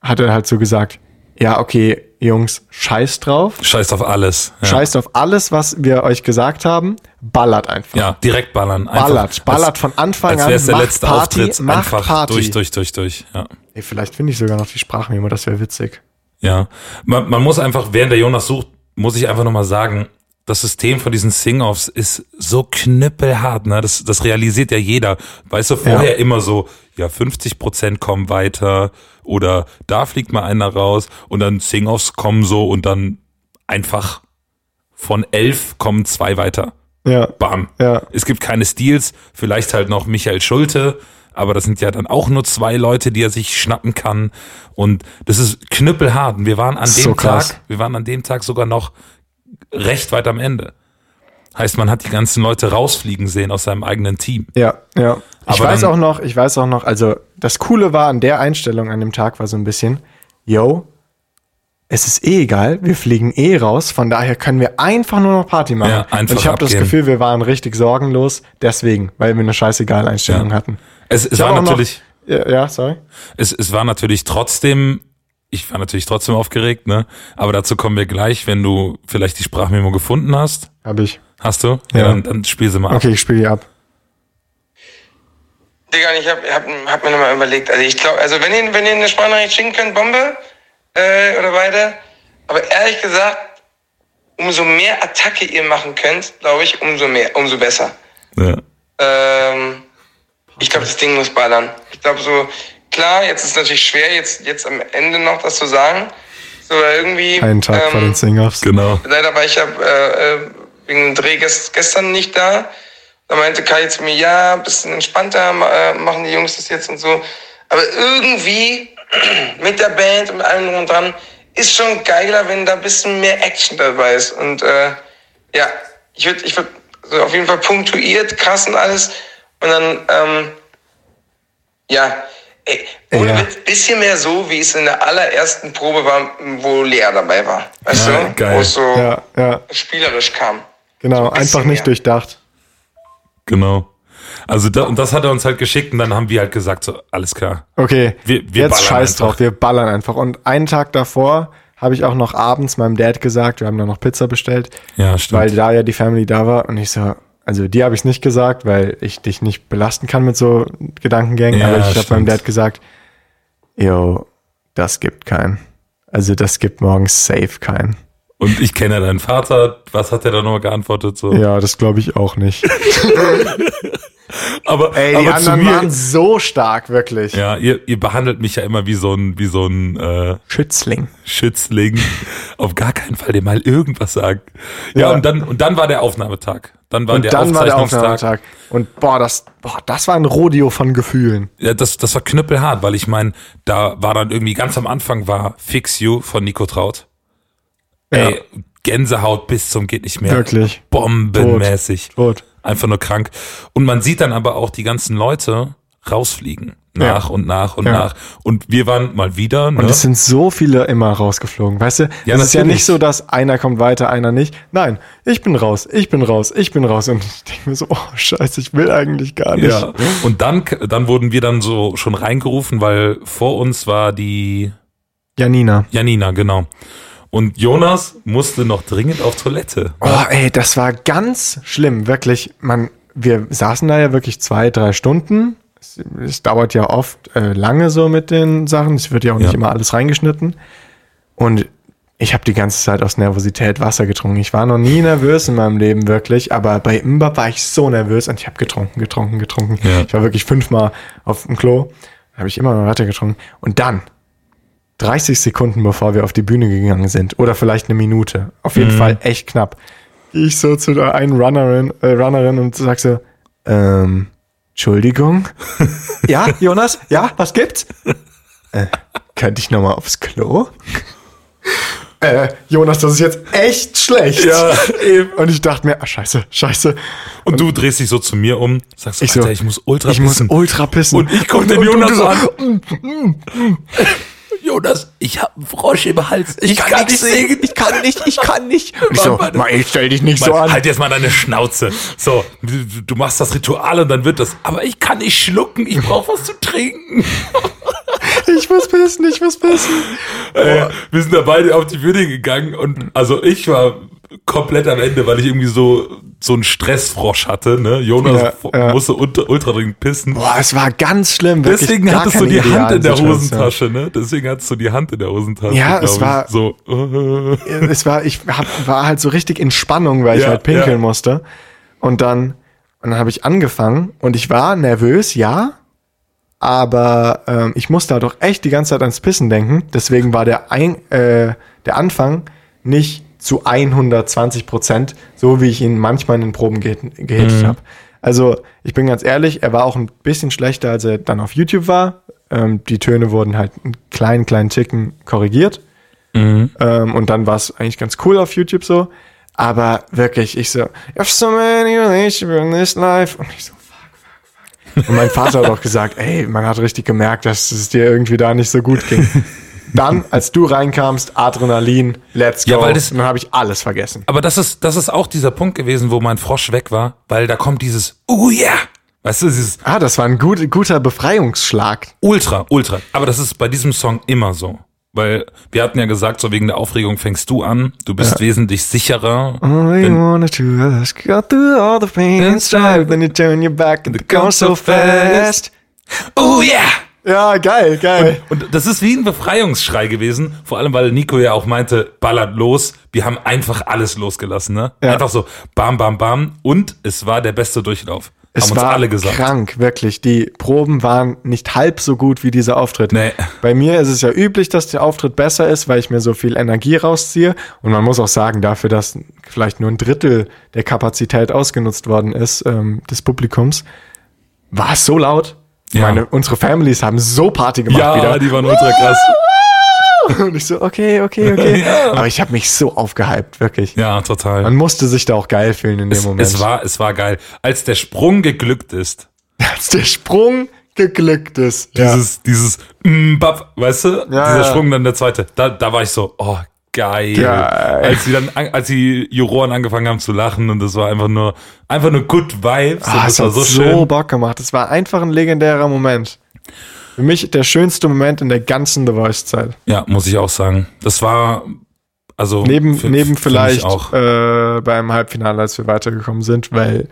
Speaker 1: hat er halt so gesagt, ja, okay, Jungs, scheiß drauf.
Speaker 3: Scheiß auf alles. Ja.
Speaker 1: Scheißt auf alles, was wir euch gesagt haben. Ballert einfach.
Speaker 3: Ja, direkt ballern. Einfach,
Speaker 1: Ballert, ballert
Speaker 3: als,
Speaker 1: von Anfang
Speaker 3: Als
Speaker 1: an.
Speaker 3: wär's der
Speaker 1: macht
Speaker 3: letzte
Speaker 1: Party,
Speaker 3: Auftritt.
Speaker 1: macht
Speaker 3: Einfach
Speaker 1: Party.
Speaker 3: durch, durch, durch, durch. Ja.
Speaker 1: Ey, vielleicht finde ich sogar noch die Sprachmemo, das wäre witzig.
Speaker 3: Ja, man, man muss einfach, während der Jonas sucht, muss ich einfach nochmal sagen, das System von diesen Sing-Offs ist so knüppelhart, ne? Das, das realisiert ja jeder. Weißt du, vorher immer so, ja, 50 Prozent kommen weiter oder da fliegt mal einer raus und dann Sing-Offs kommen so und dann einfach von elf kommen zwei weiter.
Speaker 1: Ja.
Speaker 3: Bam.
Speaker 1: Ja.
Speaker 3: Es gibt keine Steals, vielleicht halt noch Michael Schulte, aber das sind ja dann auch nur zwei Leute, die er sich schnappen kann. Und das ist knüppelhart. Und wir waren an dem
Speaker 1: So krass.
Speaker 3: Tag, wir waren an dem Tag sogar noch recht weit am Ende. Heißt, man hat die ganzen Leute rausfliegen sehen aus seinem eigenen Team.
Speaker 1: Ja, ja. Ich
Speaker 3: Aber
Speaker 1: weiß
Speaker 3: dann-
Speaker 1: auch noch, ich weiß auch noch, also das Coole war an der Einstellung an dem Tag war so ein bisschen, yo, es ist eh egal, wir fliegen eh raus, von daher können wir einfach nur noch Party machen.
Speaker 3: Ja, einfach
Speaker 1: Und ich habe das
Speaker 3: abgehen.
Speaker 1: Gefühl, wir waren richtig sorgenlos, deswegen, weil wir eine scheißegal Einstellung
Speaker 3: Ja.
Speaker 1: hatten.
Speaker 3: Es, es
Speaker 1: Ich hab
Speaker 3: war
Speaker 1: auch noch-
Speaker 3: natürlich,
Speaker 1: Ja, ja sorry.
Speaker 3: es, es war natürlich trotzdem, ich war natürlich trotzdem aufgeregt, ne? Aber dazu kommen wir gleich, wenn du vielleicht die Sprachmemo gefunden hast.
Speaker 1: Hab ich.
Speaker 3: Hast du?
Speaker 1: Ja.
Speaker 3: dann, dann spiel sie mal ab.
Speaker 1: Okay, ich spiele die ab.
Speaker 4: Digga, ich hab, hab, hab mir nochmal überlegt. Also ich glaube, also wenn ihr, wenn ihr eine Sprachnachricht schicken könnt, Bombe äh, oder weiter. Aber ehrlich gesagt, umso mehr Attacke ihr machen könnt, glaube ich, umso mehr, umso besser.
Speaker 3: Ja.
Speaker 4: Ähm, ich glaube, das Ding muss ballern. Ich glaube so, klar, jetzt ist natürlich schwer, jetzt, jetzt am Ende noch das zu sagen. So aber irgendwie. ähm,
Speaker 1: Einen Tag vor den Sing-Offs.
Speaker 3: Genau.
Speaker 4: Leider war ich ja äh, äh, wegen dem Dreh gest gestern nicht da. Da meinte Kai zu mir, ja, ein bisschen entspannter ma- äh, machen die Jungs das jetzt und so. Aber irgendwie mit der Band und allem drum und dran ist schon geiler, wenn da ein bisschen mehr Action dabei ist. Und äh, ja, ich würde ich würd so auf jeden Fall punktuiert, krass und alles. Und dann, ähm, ja, ey, ohne
Speaker 1: Ja.
Speaker 4: Witz, bisschen mehr so, wie es in der allerersten Probe war, wo Lea dabei war. Weißt
Speaker 3: Ja,
Speaker 4: du?
Speaker 3: geil.
Speaker 4: Wo es so
Speaker 1: Ja, ja,
Speaker 4: spielerisch kam.
Speaker 1: genau.
Speaker 4: bisschen
Speaker 1: Einfach nicht
Speaker 4: mehr.
Speaker 1: durchdacht.
Speaker 3: Genau. Also da, und das hat er uns halt geschickt und dann haben wir halt gesagt, so, alles klar.
Speaker 1: Okay,
Speaker 3: Wir- wir
Speaker 1: jetzt
Speaker 3: ballern
Speaker 1: scheiß
Speaker 3: einfach.
Speaker 1: drauf, wir ballern einfach. Und einen Tag davor habe ich auch noch abends meinem Dad gesagt, wir haben dann noch Pizza bestellt,
Speaker 3: Ja, stimmt.
Speaker 1: weil da ja die Family da war. Und ich so, also dir habe ich es nicht gesagt, weil ich dich nicht belasten kann mit so Gedankengängen.
Speaker 3: Ja,
Speaker 1: aber ich habe meinem
Speaker 3: stimmt.
Speaker 1: Dad gesagt, yo, das gibt keinen. Also das gibt morgens safe keinen.
Speaker 3: und ich kenne ja deinen Vater. Was hat er da nochmal geantwortet? So.
Speaker 1: Ja, das glaube ich auch nicht.
Speaker 3: Aber,
Speaker 1: Ey, die
Speaker 3: aber
Speaker 1: anderen waren so stark, wirklich.
Speaker 3: ja, ihr, ihr behandelt mich ja immer wie so ein, wie so ein äh,
Speaker 1: Schützling.
Speaker 3: Schützling. Auf gar keinen Fall dem mal irgendwas sagen. Ja,
Speaker 1: Ja.
Speaker 3: und dann und dann war der Aufnahmetag. Dann war
Speaker 1: Und
Speaker 3: der
Speaker 1: dann war der
Speaker 3: Aufzeichnungstag.
Speaker 1: Aufnahmetag. Und boah, das, boah, das war ein Rodeo von Gefühlen.
Speaker 3: Ja, das das war knüppelhart, weil ich meine, da war dann irgendwie ganz am Anfang war Fix You von Nico Traut. Ey, Gänsehaut bis zum geht nicht mehr.
Speaker 1: Wirklich.
Speaker 3: Bombenmäßig.
Speaker 1: Tot.
Speaker 3: Einfach nur krank. Und man sieht dann aber auch die ganzen Leute rausfliegen. Nach
Speaker 1: Ja.
Speaker 3: und nach und
Speaker 1: Ja.
Speaker 3: nach. Und wir waren mal wieder. Ne?
Speaker 1: Und es sind so viele immer rausgeflogen, weißt du?
Speaker 3: Ja,
Speaker 1: es ist ja
Speaker 3: natürlich.
Speaker 1: nicht so, dass einer kommt weiter, einer nicht. Nein, ich bin raus, ich bin raus, ich bin raus. Und ich denke mir so, oh scheiße, ich will eigentlich gar nicht.
Speaker 3: Ja. Und dann, dann wurden wir dann so schon reingerufen, weil vor uns war die
Speaker 1: Janina.
Speaker 3: Janina, genau. Und Jonas musste noch dringend auf Toilette.
Speaker 1: Oh ey, das war ganz schlimm, wirklich. Man, wir saßen da ja wirklich zwei, drei Stunden. Es, es dauert ja oft äh, lange so mit den Sachen. Es wird ja auch
Speaker 3: Ja.
Speaker 1: nicht immer alles reingeschnitten. Und ich habe die ganze Zeit aus Nervosität Wasser getrunken. Ich war noch nie nervös in meinem Leben wirklich, aber bei Imba war ich so nervös und ich habe getrunken, getrunken, getrunken.
Speaker 3: Ja.
Speaker 1: Ich war wirklich fünfmal auf dem Klo, habe ich immer mal weiter getrunken. Und dann 30 Sekunden bevor wir auf die Bühne gegangen sind oder vielleicht eine Minute, auf jeden
Speaker 3: Mhm.
Speaker 1: Fall echt knapp. Geh ich so zu der einen Runnerin, äh, Runnerin und sag so, ähm, Entschuldigung? ja, Jonas? Ja, was gibt's? äh, könnte ich nochmal aufs Klo? äh, Jonas, das ist jetzt echt schlecht.
Speaker 3: Ja, eben.
Speaker 1: Und ich dachte mir, ah, scheiße, scheiße.
Speaker 3: Und du drehst dich so zu mir um, sagst,
Speaker 1: Ich so,
Speaker 3: Alter, ich muss ultra
Speaker 1: ich muss
Speaker 3: pissen.
Speaker 1: ultra pissen.
Speaker 3: Und ich guck den
Speaker 1: und du
Speaker 3: Jonas an. mm. Jonas, ich hab einen Frosch im Hals. Ich,
Speaker 1: nix ich kann nicht, ich kann nicht. Und ich so,
Speaker 3: Mann, Mann.
Speaker 1: Mai, stell dich nicht so
Speaker 3: Mann,
Speaker 1: an.
Speaker 3: halt jetzt mal deine Schnauze. So, du, du machst das Ritual und dann wird das. Aber ich kann nicht schlucken, ich brauche was zu trinken.
Speaker 1: Ich muss pissen, ich muss pissen.
Speaker 3: Äh, wir sind da beide auf die Bühne gegangen und also ich war komplett am Ende, weil ich irgendwie so so einen Stressfrosch hatte. Ne? Jonas
Speaker 1: Ja, ja.
Speaker 3: musste ultra, ultra dringend pissen.
Speaker 1: Boah, es war ganz schlimm. wirklich
Speaker 3: Deswegen
Speaker 1: gar
Speaker 3: hattest du
Speaker 1: keine
Speaker 3: die Hand
Speaker 1: ideale
Speaker 3: in der
Speaker 1: Situation.
Speaker 3: Hosentasche, ne? Deswegen hattest du die Hand in der Hosentasche.
Speaker 1: Ja, es
Speaker 3: glaub ich. so.
Speaker 1: war-
Speaker 3: äh.
Speaker 1: Es war, ich hab, war halt so richtig in Spannung, weil ich
Speaker 3: Ja,
Speaker 1: halt pinkeln
Speaker 3: ja.
Speaker 1: musste. Und dann, und dann habe ich angefangen und ich war nervös, ja. Aber ähm, ich musste halt auch echt die ganze Zeit ans Pissen denken. Deswegen war der, ein, äh, der Anfang nicht zu 120 Prozent, so wie ich ihn manchmal in den Proben ge
Speaker 3: Mhm.
Speaker 1: gehittet habe. Also ich bin ganz ehrlich, er war auch ein bisschen schlechter, als er dann auf YouTube war. Ähm, die Töne wurden halt einen kleinen, kleinen Ticken korrigiert. Ähm, und dann war es eigentlich ganz cool auf YouTube so. Aber wirklich, ich so, I have so many relationships in this life. Und ich so, fuck, fuck, fuck. Und mein Vater hat auch gesagt, ey, man hat richtig gemerkt, dass es dir irgendwie da nicht so gut ging. Dann, als du reinkamst, Adrenalin, let's go.
Speaker 3: Ja, weil das-
Speaker 1: und dann habe ich alles vergessen.
Speaker 3: Aber das ist, das ist auch dieser Punkt gewesen, wo mein Frosch weg war, weil da kommt dieses Oh yeah! Weißt du, es ist
Speaker 1: Ah, das war ein gut, guter Befreiungsschlag.
Speaker 3: ultra, ultra. Aber das ist bei diesem Song immer so. Weil wir hatten ja gesagt, so wegen der Aufregung fängst du an, du bist wesentlich sicherer.
Speaker 1: All you
Speaker 3: Wenn-
Speaker 1: wanted to ask, got through all the pain and strife, then you turn your back and it goes so fast.
Speaker 3: Oh yeah!
Speaker 1: Ja, geil, geil.
Speaker 3: Und das ist wie ein Befreiungsschrei gewesen, vor allem weil Nico ja auch meinte, ballert los, wir haben einfach alles losgelassen, ne?
Speaker 1: Ja.
Speaker 3: Einfach so bam bam bam und es war der beste Durchlauf. haben
Speaker 1: es
Speaker 3: uns
Speaker 1: war
Speaker 3: alle gesagt.
Speaker 1: krank, wirklich. Die Proben waren nicht halb so gut wie dieser Auftritt.
Speaker 3: Nee.
Speaker 1: Bei mir ist es ja üblich, dass der Auftritt besser ist, weil ich mir so viel Energie rausziehe. Und man muss auch sagen, dafür, dass vielleicht nur ein Drittel der Kapazität ausgenutzt worden ist, ähm, des Publikums, war es so laut.
Speaker 3: Ja.
Speaker 1: Meine, unsere Families haben so Party gemacht
Speaker 3: Ja,
Speaker 1: wieder.
Speaker 3: die waren ultra krass.
Speaker 1: Und ich so, okay, okay, okay. Aber ich habe mich so aufgehypt, wirklich.
Speaker 3: Ja, total.
Speaker 1: Man musste sich da auch geil fühlen in dem
Speaker 3: es,
Speaker 1: Moment.
Speaker 3: es war es war geil, als der Sprung geglückt ist.
Speaker 1: Als der Sprung geglückt ist.
Speaker 3: Dieses dieses Mbap, weißt du? Dieser
Speaker 1: ja.
Speaker 3: Sprung dann der zweite. Da da war ich so, oh geil.
Speaker 1: Geil.
Speaker 3: Als die dann an- als die Juroren angefangen haben zu lachen und das war einfach nur einfach nur good vibes und
Speaker 1: Ah,
Speaker 3: das
Speaker 1: es hat so, Bock gemacht. Es war einfach ein legendärer Moment. Für mich der schönste Moment in der ganzen The Voice-Zeit.
Speaker 3: Ja, muss ich auch sagen. Das war also
Speaker 1: Neben,
Speaker 3: für- für
Speaker 1: neben
Speaker 3: mich
Speaker 1: vielleicht
Speaker 3: auch.
Speaker 1: äh, beim Halbfinale, als wir weitergekommen sind, weil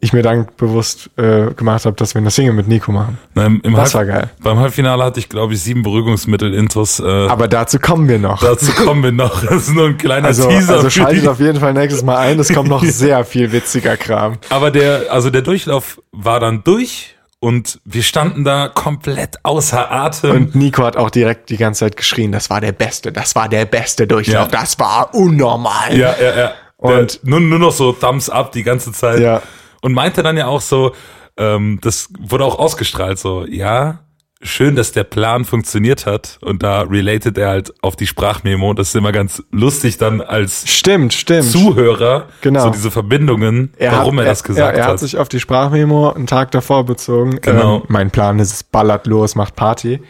Speaker 1: ich mir dann bewusst äh, gemacht habe, dass wir eine Single mit Nico machen.
Speaker 3: Na, Ähm, im, im
Speaker 1: Das
Speaker 3: Halb-
Speaker 1: war geil.
Speaker 3: Beim Halbfinale hatte ich glaube ich sieben Beruhigungsmittel intus. Äh,
Speaker 1: Aber dazu kommen wir noch.
Speaker 3: dazu kommen wir noch. Das ist nur ein kleiner
Speaker 1: Also,
Speaker 3: Teaser.
Speaker 1: also
Speaker 3: für die-
Speaker 1: schaltet auf jeden Fall nächstes Mal ein. Es kommt noch sehr viel witziger Kram.
Speaker 3: Aber der also der Durchlauf war dann durch und wir standen da komplett außer Atem.
Speaker 1: Und Nico hat auch direkt die ganze Zeit geschrien, das war der beste, das war der beste Durchlauf,
Speaker 3: Ja.
Speaker 1: das war unnormal.
Speaker 3: ja, ja, ja.
Speaker 1: Und-
Speaker 3: der, nur, nur noch so Thumbs up die ganze Zeit.
Speaker 1: Ja.
Speaker 3: Und meinte dann ja auch so, ähm, das wurde auch ausgestrahlt, so, ja, schön, dass der Plan funktioniert hat. Und da related er halt auf die Sprachmemo. Das ist immer ganz lustig dann als
Speaker 1: Stimmt, stimmt.
Speaker 3: Zuhörer,
Speaker 1: Genau.
Speaker 3: so diese Verbindungen, warum er das gesagt
Speaker 1: er, er hat
Speaker 3: hat.
Speaker 1: sich auf die Sprachmemo einen Tag davor bezogen.
Speaker 3: Genau.
Speaker 1: Ähm, mein Plan ist, es ballert los, macht Party.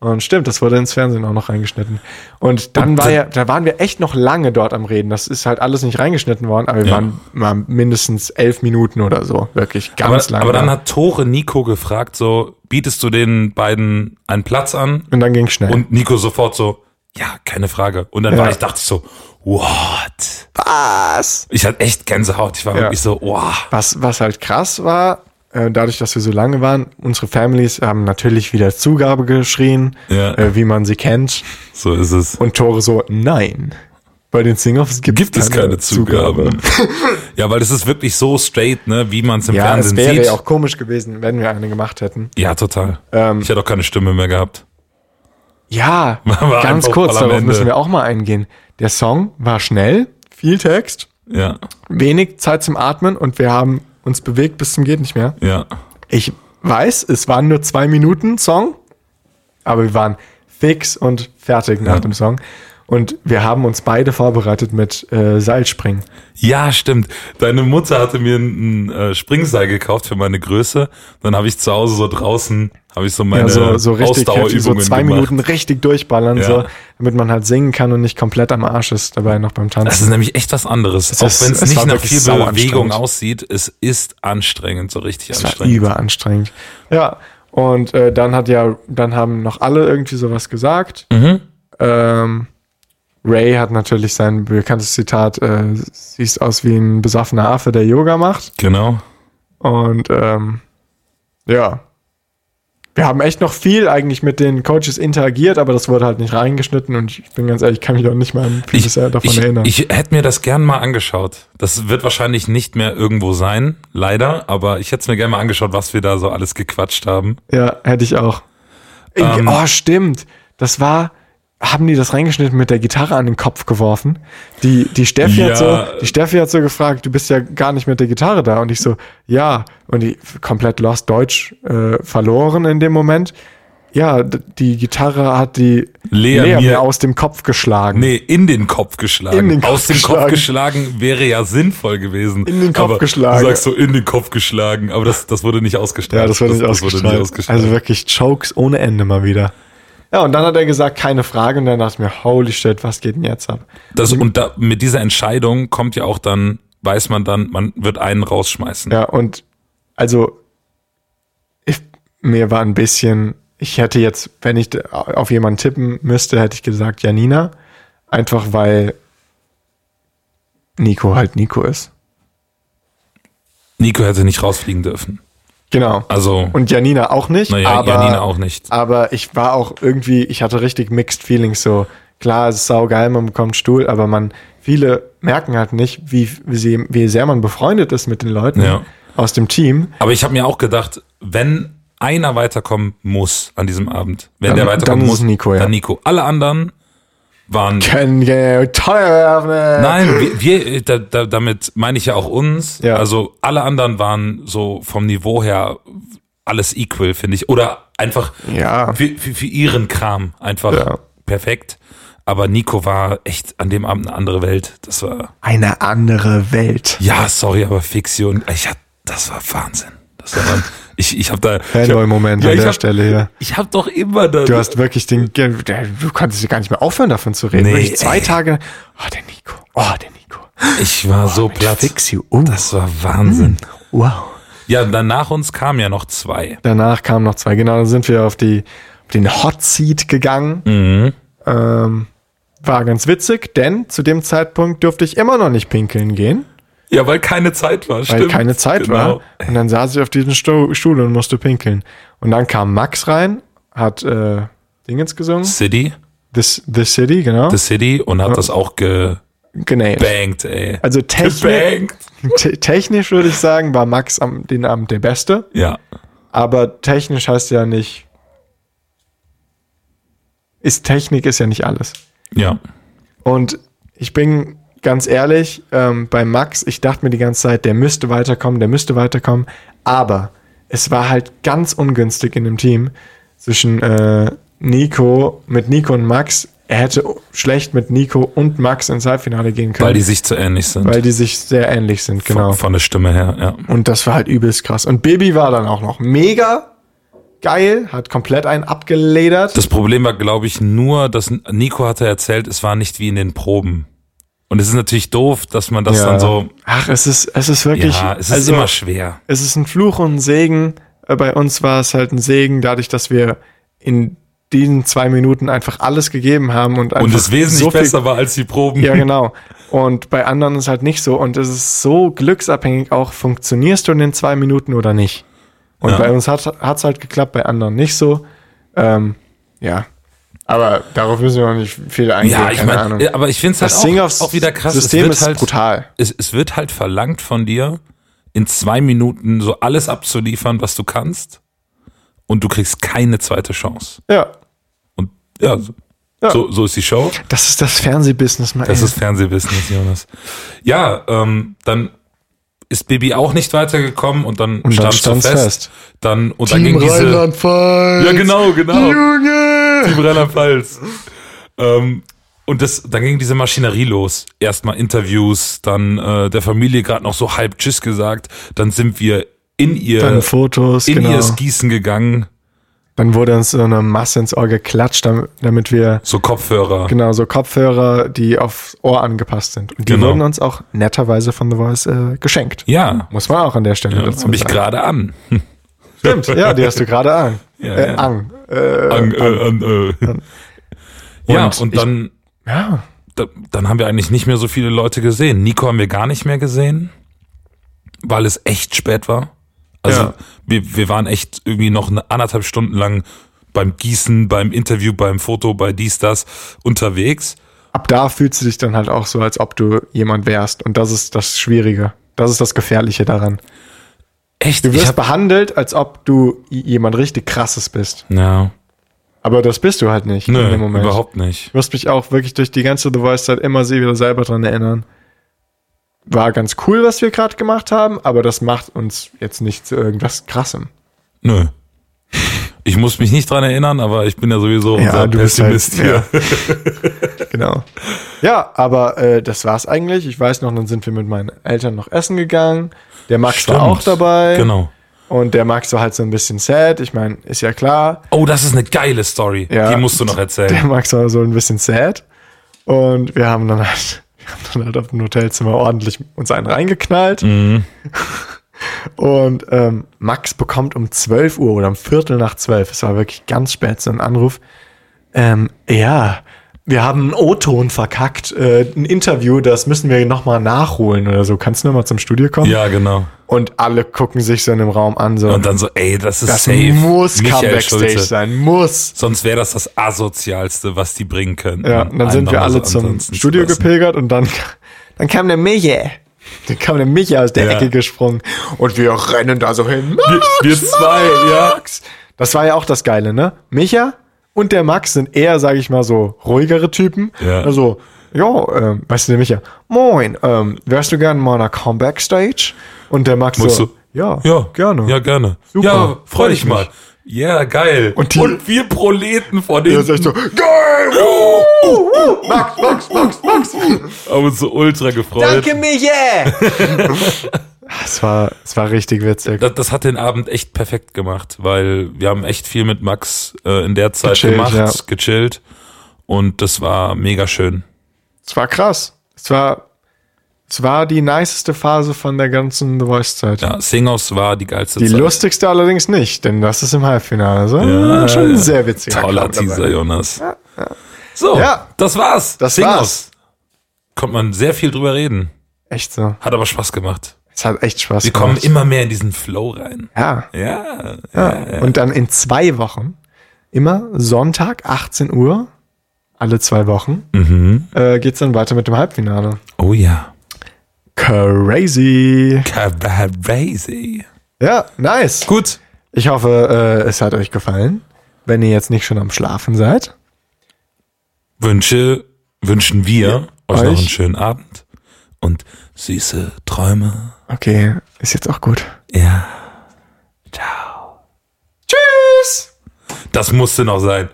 Speaker 1: Und stimmt, das wurde ins Fernsehen auch noch reingeschnitten. Und dann
Speaker 3: Und
Speaker 1: war
Speaker 3: dann-
Speaker 1: ja, da waren wir echt noch lange dort am Reden. Das ist halt alles nicht reingeschnitten worden, aber wir
Speaker 3: Ja.
Speaker 1: waren mal mindestens elf Minuten oder so. Wirklich
Speaker 3: aber,
Speaker 1: ganz lange.
Speaker 3: aber dann
Speaker 1: da.
Speaker 3: hat Tore Nico gefragt, so, bietest du den beiden einen Platz an?
Speaker 1: und dann ging schnell.
Speaker 3: Und Nico sofort so, ja, keine Frage. Und dann
Speaker 1: Ja.
Speaker 3: war ich, dachte ich so, what?
Speaker 1: was?
Speaker 3: Ich hatte echt Gänsehaut. Ich war wirklich so, wow.
Speaker 1: Was, was halt krass war, äh, dadurch, dass wir so lange waren, unsere Families haben natürlich wieder Zugabe geschrien,
Speaker 3: Ja.
Speaker 1: äh, wie man sie kennt.
Speaker 3: So ist es.
Speaker 1: Und Tore so, nein. Bei den Sing-Offs gibt,
Speaker 3: Gibt es keine Zugaben. ja, weil das ist wirklich so straight, ne, wie man es im
Speaker 1: Ja, es
Speaker 3: Fernsehen
Speaker 1: wäre
Speaker 3: sieht.
Speaker 1: ja auch komisch gewesen, wenn wir eine gemacht hätten.
Speaker 3: ja, total.
Speaker 1: Ähm.
Speaker 3: ich hätte auch keine Stimme mehr gehabt.
Speaker 1: Ja,
Speaker 3: War
Speaker 1: ganz
Speaker 3: einfach
Speaker 1: kurz,
Speaker 3: voll am
Speaker 1: darauf
Speaker 3: Ende.
Speaker 1: müssen wir auch mal eingehen. Der Song war schnell, viel Text,
Speaker 3: Ja,
Speaker 1: wenig Zeit zum Atmen und wir haben uns bewegt bis zum geht nicht mehr.
Speaker 3: ja.
Speaker 1: Ich weiß, es waren nur zwei Minuten Song, aber wir waren fix und fertig nach
Speaker 3: Ja.
Speaker 1: dem Song. Und wir haben uns beide vorbereitet mit äh, Seilspringen.
Speaker 3: Ja, stimmt. Deine Mutter hatte mir ein äh, Springseil gekauft für meine Größe. Dann habe ich zu Hause so draußen, habe ich so meine
Speaker 1: Ja, so, so richtig catchy, so
Speaker 3: Ausdauerübungen
Speaker 1: zwei
Speaker 3: gemacht.
Speaker 1: Minuten richtig durchballern,
Speaker 3: Ja.
Speaker 1: so, damit man halt singen kann und nicht komplett am Arsch ist dabei noch beim
Speaker 3: Das ist
Speaker 1: Tanzen.
Speaker 3: nämlich echt was anderes.
Speaker 1: ist-
Speaker 3: Auch wenn es
Speaker 1: es
Speaker 3: nicht
Speaker 1: war
Speaker 3: nach
Speaker 1: wirklich
Speaker 3: viel
Speaker 1: sau
Speaker 3: Bewegung
Speaker 1: anstrengend.
Speaker 3: aussieht, es ist anstrengend, so richtig
Speaker 1: Das war
Speaker 3: anstrengend.
Speaker 1: überanstrengend. Ja, und äh, dann hat ja, dann haben noch alle irgendwie sowas gesagt.
Speaker 3: Mhm.
Speaker 1: Ähm, Ray hat natürlich sein bekanntes Zitat, äh, siehst aus wie ein besoffener Affe, der Yoga macht.
Speaker 3: Genau.
Speaker 1: Und ähm, ja. Wir haben echt noch viel eigentlich mit den Coaches interagiert, aber das wurde halt nicht reingeschnitten und ich bin ganz ehrlich, ich kann mich auch nicht mal an vieles davon
Speaker 3: ich,
Speaker 1: erinnern.
Speaker 3: Ich hätte mir das gern mal angeschaut. Das wird wahrscheinlich nicht mehr irgendwo sein, leider, aber ich hätte es mir gerne mal angeschaut, was wir da so alles gequatscht haben.
Speaker 1: Ja, hätte ich auch. Ich,
Speaker 3: Ähm.
Speaker 1: oh, stimmt. Das war. Haben die das reingeschnitten mit der Gitarre an den Kopf geworfen? Die, die, Steffi
Speaker 3: Ja.
Speaker 1: hat so, die Steffi hat so gefragt, du bist ja gar nicht mit der Gitarre da. Und ich so, ja. Und die komplett lost Deutsch äh, verloren in dem Moment. Ja, d- die Gitarre hat die
Speaker 3: Lea mir-
Speaker 1: aus dem Kopf geschlagen.
Speaker 3: Nee, in den Kopf geschlagen.
Speaker 1: In den Kopf
Speaker 3: Aus dem Kopf geschlagen wäre ja sinnvoll gewesen.
Speaker 1: In den Kopf
Speaker 3: aber
Speaker 1: geschlagen.
Speaker 3: Du sagst so in den Kopf geschlagen, aber das, das wurde nicht ausgestrahlt.
Speaker 1: Ja, das wurde, nicht,
Speaker 3: wurde
Speaker 1: ausgestrahlt.
Speaker 3: nicht ausgestrahlt.
Speaker 1: Also wirklich Jokes ohne Ende mal wieder. Ja, und dann hat er gesagt, keine Frage. Und dann dachte ich mir, holy shit, was geht denn jetzt ab?
Speaker 3: das,
Speaker 1: Also-
Speaker 3: und da, mit dieser Entscheidung kommt ja auch dann, weiß man dann, man wird einen rausschmeißen.
Speaker 1: Ja, und also mir war ein bisschen, ich hätte jetzt, wenn ich auf jemanden tippen müsste, hätte ich gesagt Janina. Einfach weil Nico halt Nico ist.
Speaker 3: Nico hätte nicht rausfliegen dürfen.
Speaker 1: Genau.
Speaker 3: Also,
Speaker 1: Und Janina auch nicht.
Speaker 3: naja,
Speaker 1: aber,
Speaker 3: Janina auch nicht.
Speaker 1: Aber ich war auch irgendwie, ich hatte richtig mixed feelings so. Klar, es ist saugeil, man bekommt Stuhl, aber man, viele merken halt nicht, wie, wie, sie, wie sehr man befreundet ist mit den Leuten
Speaker 3: Ja.
Speaker 1: aus dem Team.
Speaker 3: Aber ich habe mir auch gedacht, wenn einer weiterkommen muss an diesem Abend, wenn
Speaker 1: Dann-
Speaker 3: der weiterkommen
Speaker 1: dann ist
Speaker 3: muss,
Speaker 1: es Nico, ja.
Speaker 3: dann Nico. Alle anderen waren
Speaker 1: Können wir teuer werden.
Speaker 3: Nein, wir, wir da, da, damit meine ich ja auch uns.
Speaker 1: Ja.
Speaker 3: Also alle anderen waren so vom Niveau her alles equal, finde ich. Oder einfach
Speaker 1: Ja.
Speaker 3: für, für, für ihren Kram einfach
Speaker 1: Ja.
Speaker 3: perfekt. Aber Nico war echt an dem Abend eine andere Welt. Das war,
Speaker 1: Eine andere Welt.
Speaker 3: ja, sorry, aber Fiktion. Ich hab, das war Wahnsinn. Das war, ich ich habe da.
Speaker 1: Fanboy-Moment
Speaker 3: ich hab,
Speaker 1: an
Speaker 3: ich
Speaker 1: der
Speaker 3: hab,
Speaker 1: Stelle hier.
Speaker 3: Ich habe doch immer da.
Speaker 1: Du hast wirklich den, du konntest gar nicht mehr aufhören, davon zu reden.
Speaker 3: Nee,
Speaker 1: Wirklich zwei
Speaker 3: ey.
Speaker 1: Tage, oh, der Nico, oh, der Nico.
Speaker 3: ich war so platt.
Speaker 1: Fix you um.
Speaker 3: Das war Wahnsinn.
Speaker 1: Wow.
Speaker 3: Ja, dann nach uns kamen ja noch zwei.
Speaker 1: Danach kamen noch zwei. Genau, dann sind wir auf, die, auf den Hot Seat gegangen.
Speaker 3: Mhm.
Speaker 1: Ähm, war ganz witzig, denn zu dem Zeitpunkt durfte ich immer noch nicht pinkeln gehen,
Speaker 3: Ja, weil keine Zeit war,
Speaker 1: weil
Speaker 3: stimmt.
Speaker 1: keine Zeit
Speaker 3: genau.
Speaker 1: war. Und dann saß ich auf diesem Sto Stuhl und musste pinkeln. Und dann kam Max rein, hat äh, Dingens gesungen.
Speaker 3: City,
Speaker 1: This, this City, genau.
Speaker 3: The City und hat das auch gebankt,
Speaker 1: Genäht.
Speaker 3: ey.
Speaker 1: Also technisch,
Speaker 3: Gebankt.
Speaker 1: te technisch würde ich sagen, war Max am, den Abend der Beste.
Speaker 3: Ja.
Speaker 1: Aber technisch heißt ja nicht. Ist Technik ist ja nicht alles.
Speaker 3: Ja.
Speaker 1: Und ich bin ganz ehrlich, ähm, bei Max, ich dachte mir die ganze Zeit, der müsste weiterkommen, der müsste weiterkommen. Aber es war halt ganz ungünstig in dem Team zwischen äh, Nico, mit Nico und Max. Er hätte schlecht mit Nico und Max ins Halbfinale gehen können,
Speaker 3: Weil die sich zu ähnlich sind.
Speaker 1: weil die sich sehr ähnlich sind, genau.
Speaker 3: von, von der Stimme her, ja.
Speaker 1: Und das war halt übelst krass. Und Baby war dann auch noch mega geil, hat komplett einen abgeledert.
Speaker 3: Das Problem war, glaube ich, nur, dass Nico hatte erzählt, es war nicht wie in den Proben. Und es ist natürlich doof, dass man das dann so,
Speaker 1: Ach, es ist, es ist wirklich.
Speaker 3: ja, es ist
Speaker 1: also,
Speaker 3: immer schwer.
Speaker 1: es ist ein Fluch und ein Segen. Äh, Bei uns war es halt ein Segen, dadurch, dass wir in diesen zwei Minuten einfach alles gegeben haben und einfach
Speaker 3: Und es wesentlich
Speaker 1: so viel,
Speaker 3: besser war als die Proben.
Speaker 1: Ja, genau. Und bei anderen ist halt nicht so. Und es ist so glücksabhängig auch, funktionierst du in den zwei Minuten oder nicht. Und
Speaker 3: Ja.
Speaker 1: bei uns hat es halt geklappt, bei anderen nicht so. Ähm, ja. Aber darauf müssen wir noch nicht viel eingehen.
Speaker 3: Ja, ich
Speaker 1: keine Ahnung.
Speaker 3: meine, aber ich finde es halt
Speaker 1: das Ding
Speaker 3: auch,
Speaker 1: aufs
Speaker 3: auch wieder krass. es
Speaker 1: System
Speaker 3: wird
Speaker 1: ist
Speaker 3: halt,
Speaker 1: brutal.
Speaker 3: Es, es wird halt verlangt von dir, in zwei Minuten so alles abzuliefern, was du kannst. Und du kriegst keine zweite Chance.
Speaker 1: Ja.
Speaker 3: Und ja, so,
Speaker 1: Ja.
Speaker 3: So, so ist die Show.
Speaker 1: Das ist das Fernsehbusiness, mein
Speaker 3: Das ist Fernsehbusiness, Jonas. Ja, ähm, dann ist Bibi auch nicht weitergekommen und dann
Speaker 1: Und
Speaker 3: stand
Speaker 1: dann
Speaker 3: so
Speaker 1: stand's
Speaker 3: fest.
Speaker 1: fest.
Speaker 3: Dann, und dann ging diese.
Speaker 1: Rheinland-Pfalz.
Speaker 3: Ja, genau, genau.
Speaker 1: Junge!
Speaker 3: Team Rheinland-Pfalz. ähm, und das, dann ging diese Maschinerie los. Erstmal Interviews, dann äh, der Familie gerade noch so halb Tschüss gesagt. Dann sind wir in ihr,
Speaker 1: Dann Fotos,
Speaker 3: äh, in
Speaker 1: genau.
Speaker 3: ihr Gießen gegangen,
Speaker 1: Dann wurde uns so eine Masse ins Ohr geklatscht, dam- damit wir
Speaker 3: so Kopfhörer.
Speaker 1: Genau, so Kopfhörer, die aufs Ohr angepasst sind. Und die
Speaker 3: Genau.
Speaker 1: wurden uns auch netterweise von The Voice äh, geschenkt.
Speaker 3: Ja,
Speaker 1: Muss man auch an der Stelle
Speaker 3: das
Speaker 1: dazu
Speaker 3: habe ich
Speaker 1: sagen.
Speaker 3: gerade an.
Speaker 1: Stimmt, ja, die hast du gerade an.
Speaker 3: Ja,
Speaker 1: äh,
Speaker 3: ja.
Speaker 1: An. Äh,
Speaker 3: an, äh, an äh. Ja,
Speaker 1: Und
Speaker 3: und,
Speaker 1: ich-
Speaker 3: dann,
Speaker 1: ja,
Speaker 3: da, dann haben wir eigentlich nicht mehr so viele Leute gesehen. Nico haben wir gar nicht mehr gesehen, weil es echt spät war. Also
Speaker 1: Ja.
Speaker 3: wir, wir waren echt irgendwie noch eine anderthalb Stunden lang beim Gießen, beim Interview, beim Foto, bei dies, das unterwegs.
Speaker 1: ab da fühlst du dich dann halt auch so, als ob du jemand wärst. Und das ist das Schwierige. Das ist das Gefährliche daran.
Speaker 3: Echt?
Speaker 1: Du
Speaker 3: Ich
Speaker 1: wirst
Speaker 3: hab,
Speaker 1: behandelt, als ob du i- jemand richtig krasses bist.
Speaker 3: ja,
Speaker 1: Aber das bist du halt nicht
Speaker 3: nö, überhaupt nicht.
Speaker 1: Ich muss mich auch wirklich durch die ganze The Voice-Zeit immer sehr wieder selber dran erinnern. War ganz cool, was wir gerade gemacht haben, aber das macht uns jetzt nicht zu irgendwas Krassem.
Speaker 3: Nö. Ich muss mich nicht dran erinnern, aber ich bin ja sowieso
Speaker 1: Ja,
Speaker 3: unser
Speaker 1: du bist halt-
Speaker 3: Pessimist hier.
Speaker 1: Genau. Ja, aber äh, das war's eigentlich. Ich weiß noch, dann sind wir mit meinen Eltern noch essen gegangen. Der Max war auch
Speaker 3: Stimmt.
Speaker 1: dabei.
Speaker 3: Genau.
Speaker 1: Und der Max war halt so ein bisschen sad. Ich meine, ist ja klar.
Speaker 3: Oh, das ist eine geile Story.
Speaker 1: Ja.
Speaker 3: Die musst du noch erzählen.
Speaker 1: Der Max war so ein bisschen sad. Und wir haben
Speaker 3: Mhm.
Speaker 1: dann halt, wir haben dann halt auf dem Hotelzimmer ordentlich uns einen reingeknallt. Und ähm, Max bekommt um 12 Uhr oder um Viertel nach 12, es war wirklich ganz spät, so einen Anruf. Ähm, ja, wir haben einen O-Ton verkackt, äh, ein Interview, das müssen wir nochmal nachholen oder so. Kannst du nochmal zum Studio kommen?
Speaker 3: Ja, genau.
Speaker 1: Und alle gucken sich so in dem Raum an. So,
Speaker 3: Und dann so, ey, das ist
Speaker 1: das
Speaker 3: safe.
Speaker 1: muss
Speaker 3: Michael
Speaker 1: Comeback-Stage
Speaker 3: Schulze.
Speaker 1: sein, muss.
Speaker 3: Sonst wäre das das asozialste, was die bringen könnten.
Speaker 1: Ja, und dann sind
Speaker 3: Einfach
Speaker 1: wir
Speaker 3: mal so
Speaker 1: alle zum
Speaker 3: ansonsten zu
Speaker 1: Studio
Speaker 3: lassen.
Speaker 1: gepilgert und dann, dann kam der Michi. Dann kam der Michi aus der
Speaker 3: Ja.
Speaker 1: Ecke gesprungen und wir rennen da so hin.
Speaker 3: Wir, wir zwei, ja.
Speaker 1: Max. Das war ja auch das Geile, ne? Micha und der Max sind eher, sage ich mal, so ruhigere Typen.
Speaker 3: Ja.
Speaker 1: Also, ja, ähm, weißt du, der Micha, moin, ähm, wärst du gerne mal einer Comeback-Stage? Und der Max
Speaker 3: Musst
Speaker 1: so,
Speaker 3: du-
Speaker 1: ja,
Speaker 3: Ja,
Speaker 1: gerne.
Speaker 3: Ja, gerne.
Speaker 1: Super,
Speaker 3: Ja,
Speaker 1: freu
Speaker 3: freu dich
Speaker 1: ich
Speaker 3: mal. Ja, geil.
Speaker 1: Und die-
Speaker 3: wir Proleten vor
Speaker 1: Der
Speaker 3: dem.
Speaker 1: ist echt so, geil, wuh, wuh, wuh, Max, Max, Max, Max.
Speaker 3: haben uns so ultra gefreut.
Speaker 1: Danke, Micha. es, war, es war richtig witzig.
Speaker 3: Das, das hat den Abend echt perfekt gemacht, weil wir haben echt viel mit Max äh, in der Zeit
Speaker 1: Gechillt,
Speaker 3: gemacht,
Speaker 1: ja.
Speaker 3: gechillt. Und das war mega schön.
Speaker 1: Es war krass. Es war, es war die niceste Phase von der ganzen The Voice-Zeit.
Speaker 3: Ja, Singers war die geilste
Speaker 1: Die
Speaker 3: Zeit.
Speaker 1: lustigste allerdings nicht, denn das ist im Halbfinale. Also,
Speaker 3: Ja,
Speaker 1: schon
Speaker 3: ja.
Speaker 1: sehr witzig.
Speaker 3: Toller Teaser, Jonas. So,
Speaker 1: Ja.
Speaker 3: das war's.
Speaker 1: Das
Speaker 3: Sing
Speaker 1: war's.
Speaker 3: Aus. Konnte man sehr viel drüber reden.
Speaker 1: Echt so.
Speaker 3: Hat aber Spaß gemacht.
Speaker 1: Es hat echt Spaß
Speaker 3: Wir kommen immer mehr in diesen Flow rein.
Speaker 1: Ja.
Speaker 3: Ja.
Speaker 1: ja. Und dann in zwei Wochen, immer Sonntag, 18 Uhr, alle zwei Wochen,
Speaker 3: Mhm.
Speaker 1: äh, geht's dann weiter mit dem Halbfinale.
Speaker 3: Oh ja.
Speaker 1: Crazy.
Speaker 3: Crazy.
Speaker 1: Ja, nice.
Speaker 3: Gut.
Speaker 1: Ich hoffe, äh, es hat euch gefallen. Wenn ihr jetzt nicht schon am Schlafen seid.
Speaker 3: Wünsche, wünschen wir euch noch
Speaker 1: euch.
Speaker 3: einen schönen Abend und süße Träume.
Speaker 1: Okay, ist jetzt auch gut.
Speaker 3: Ja. Ciao.
Speaker 1: Tschüss!
Speaker 3: Das musste noch sein.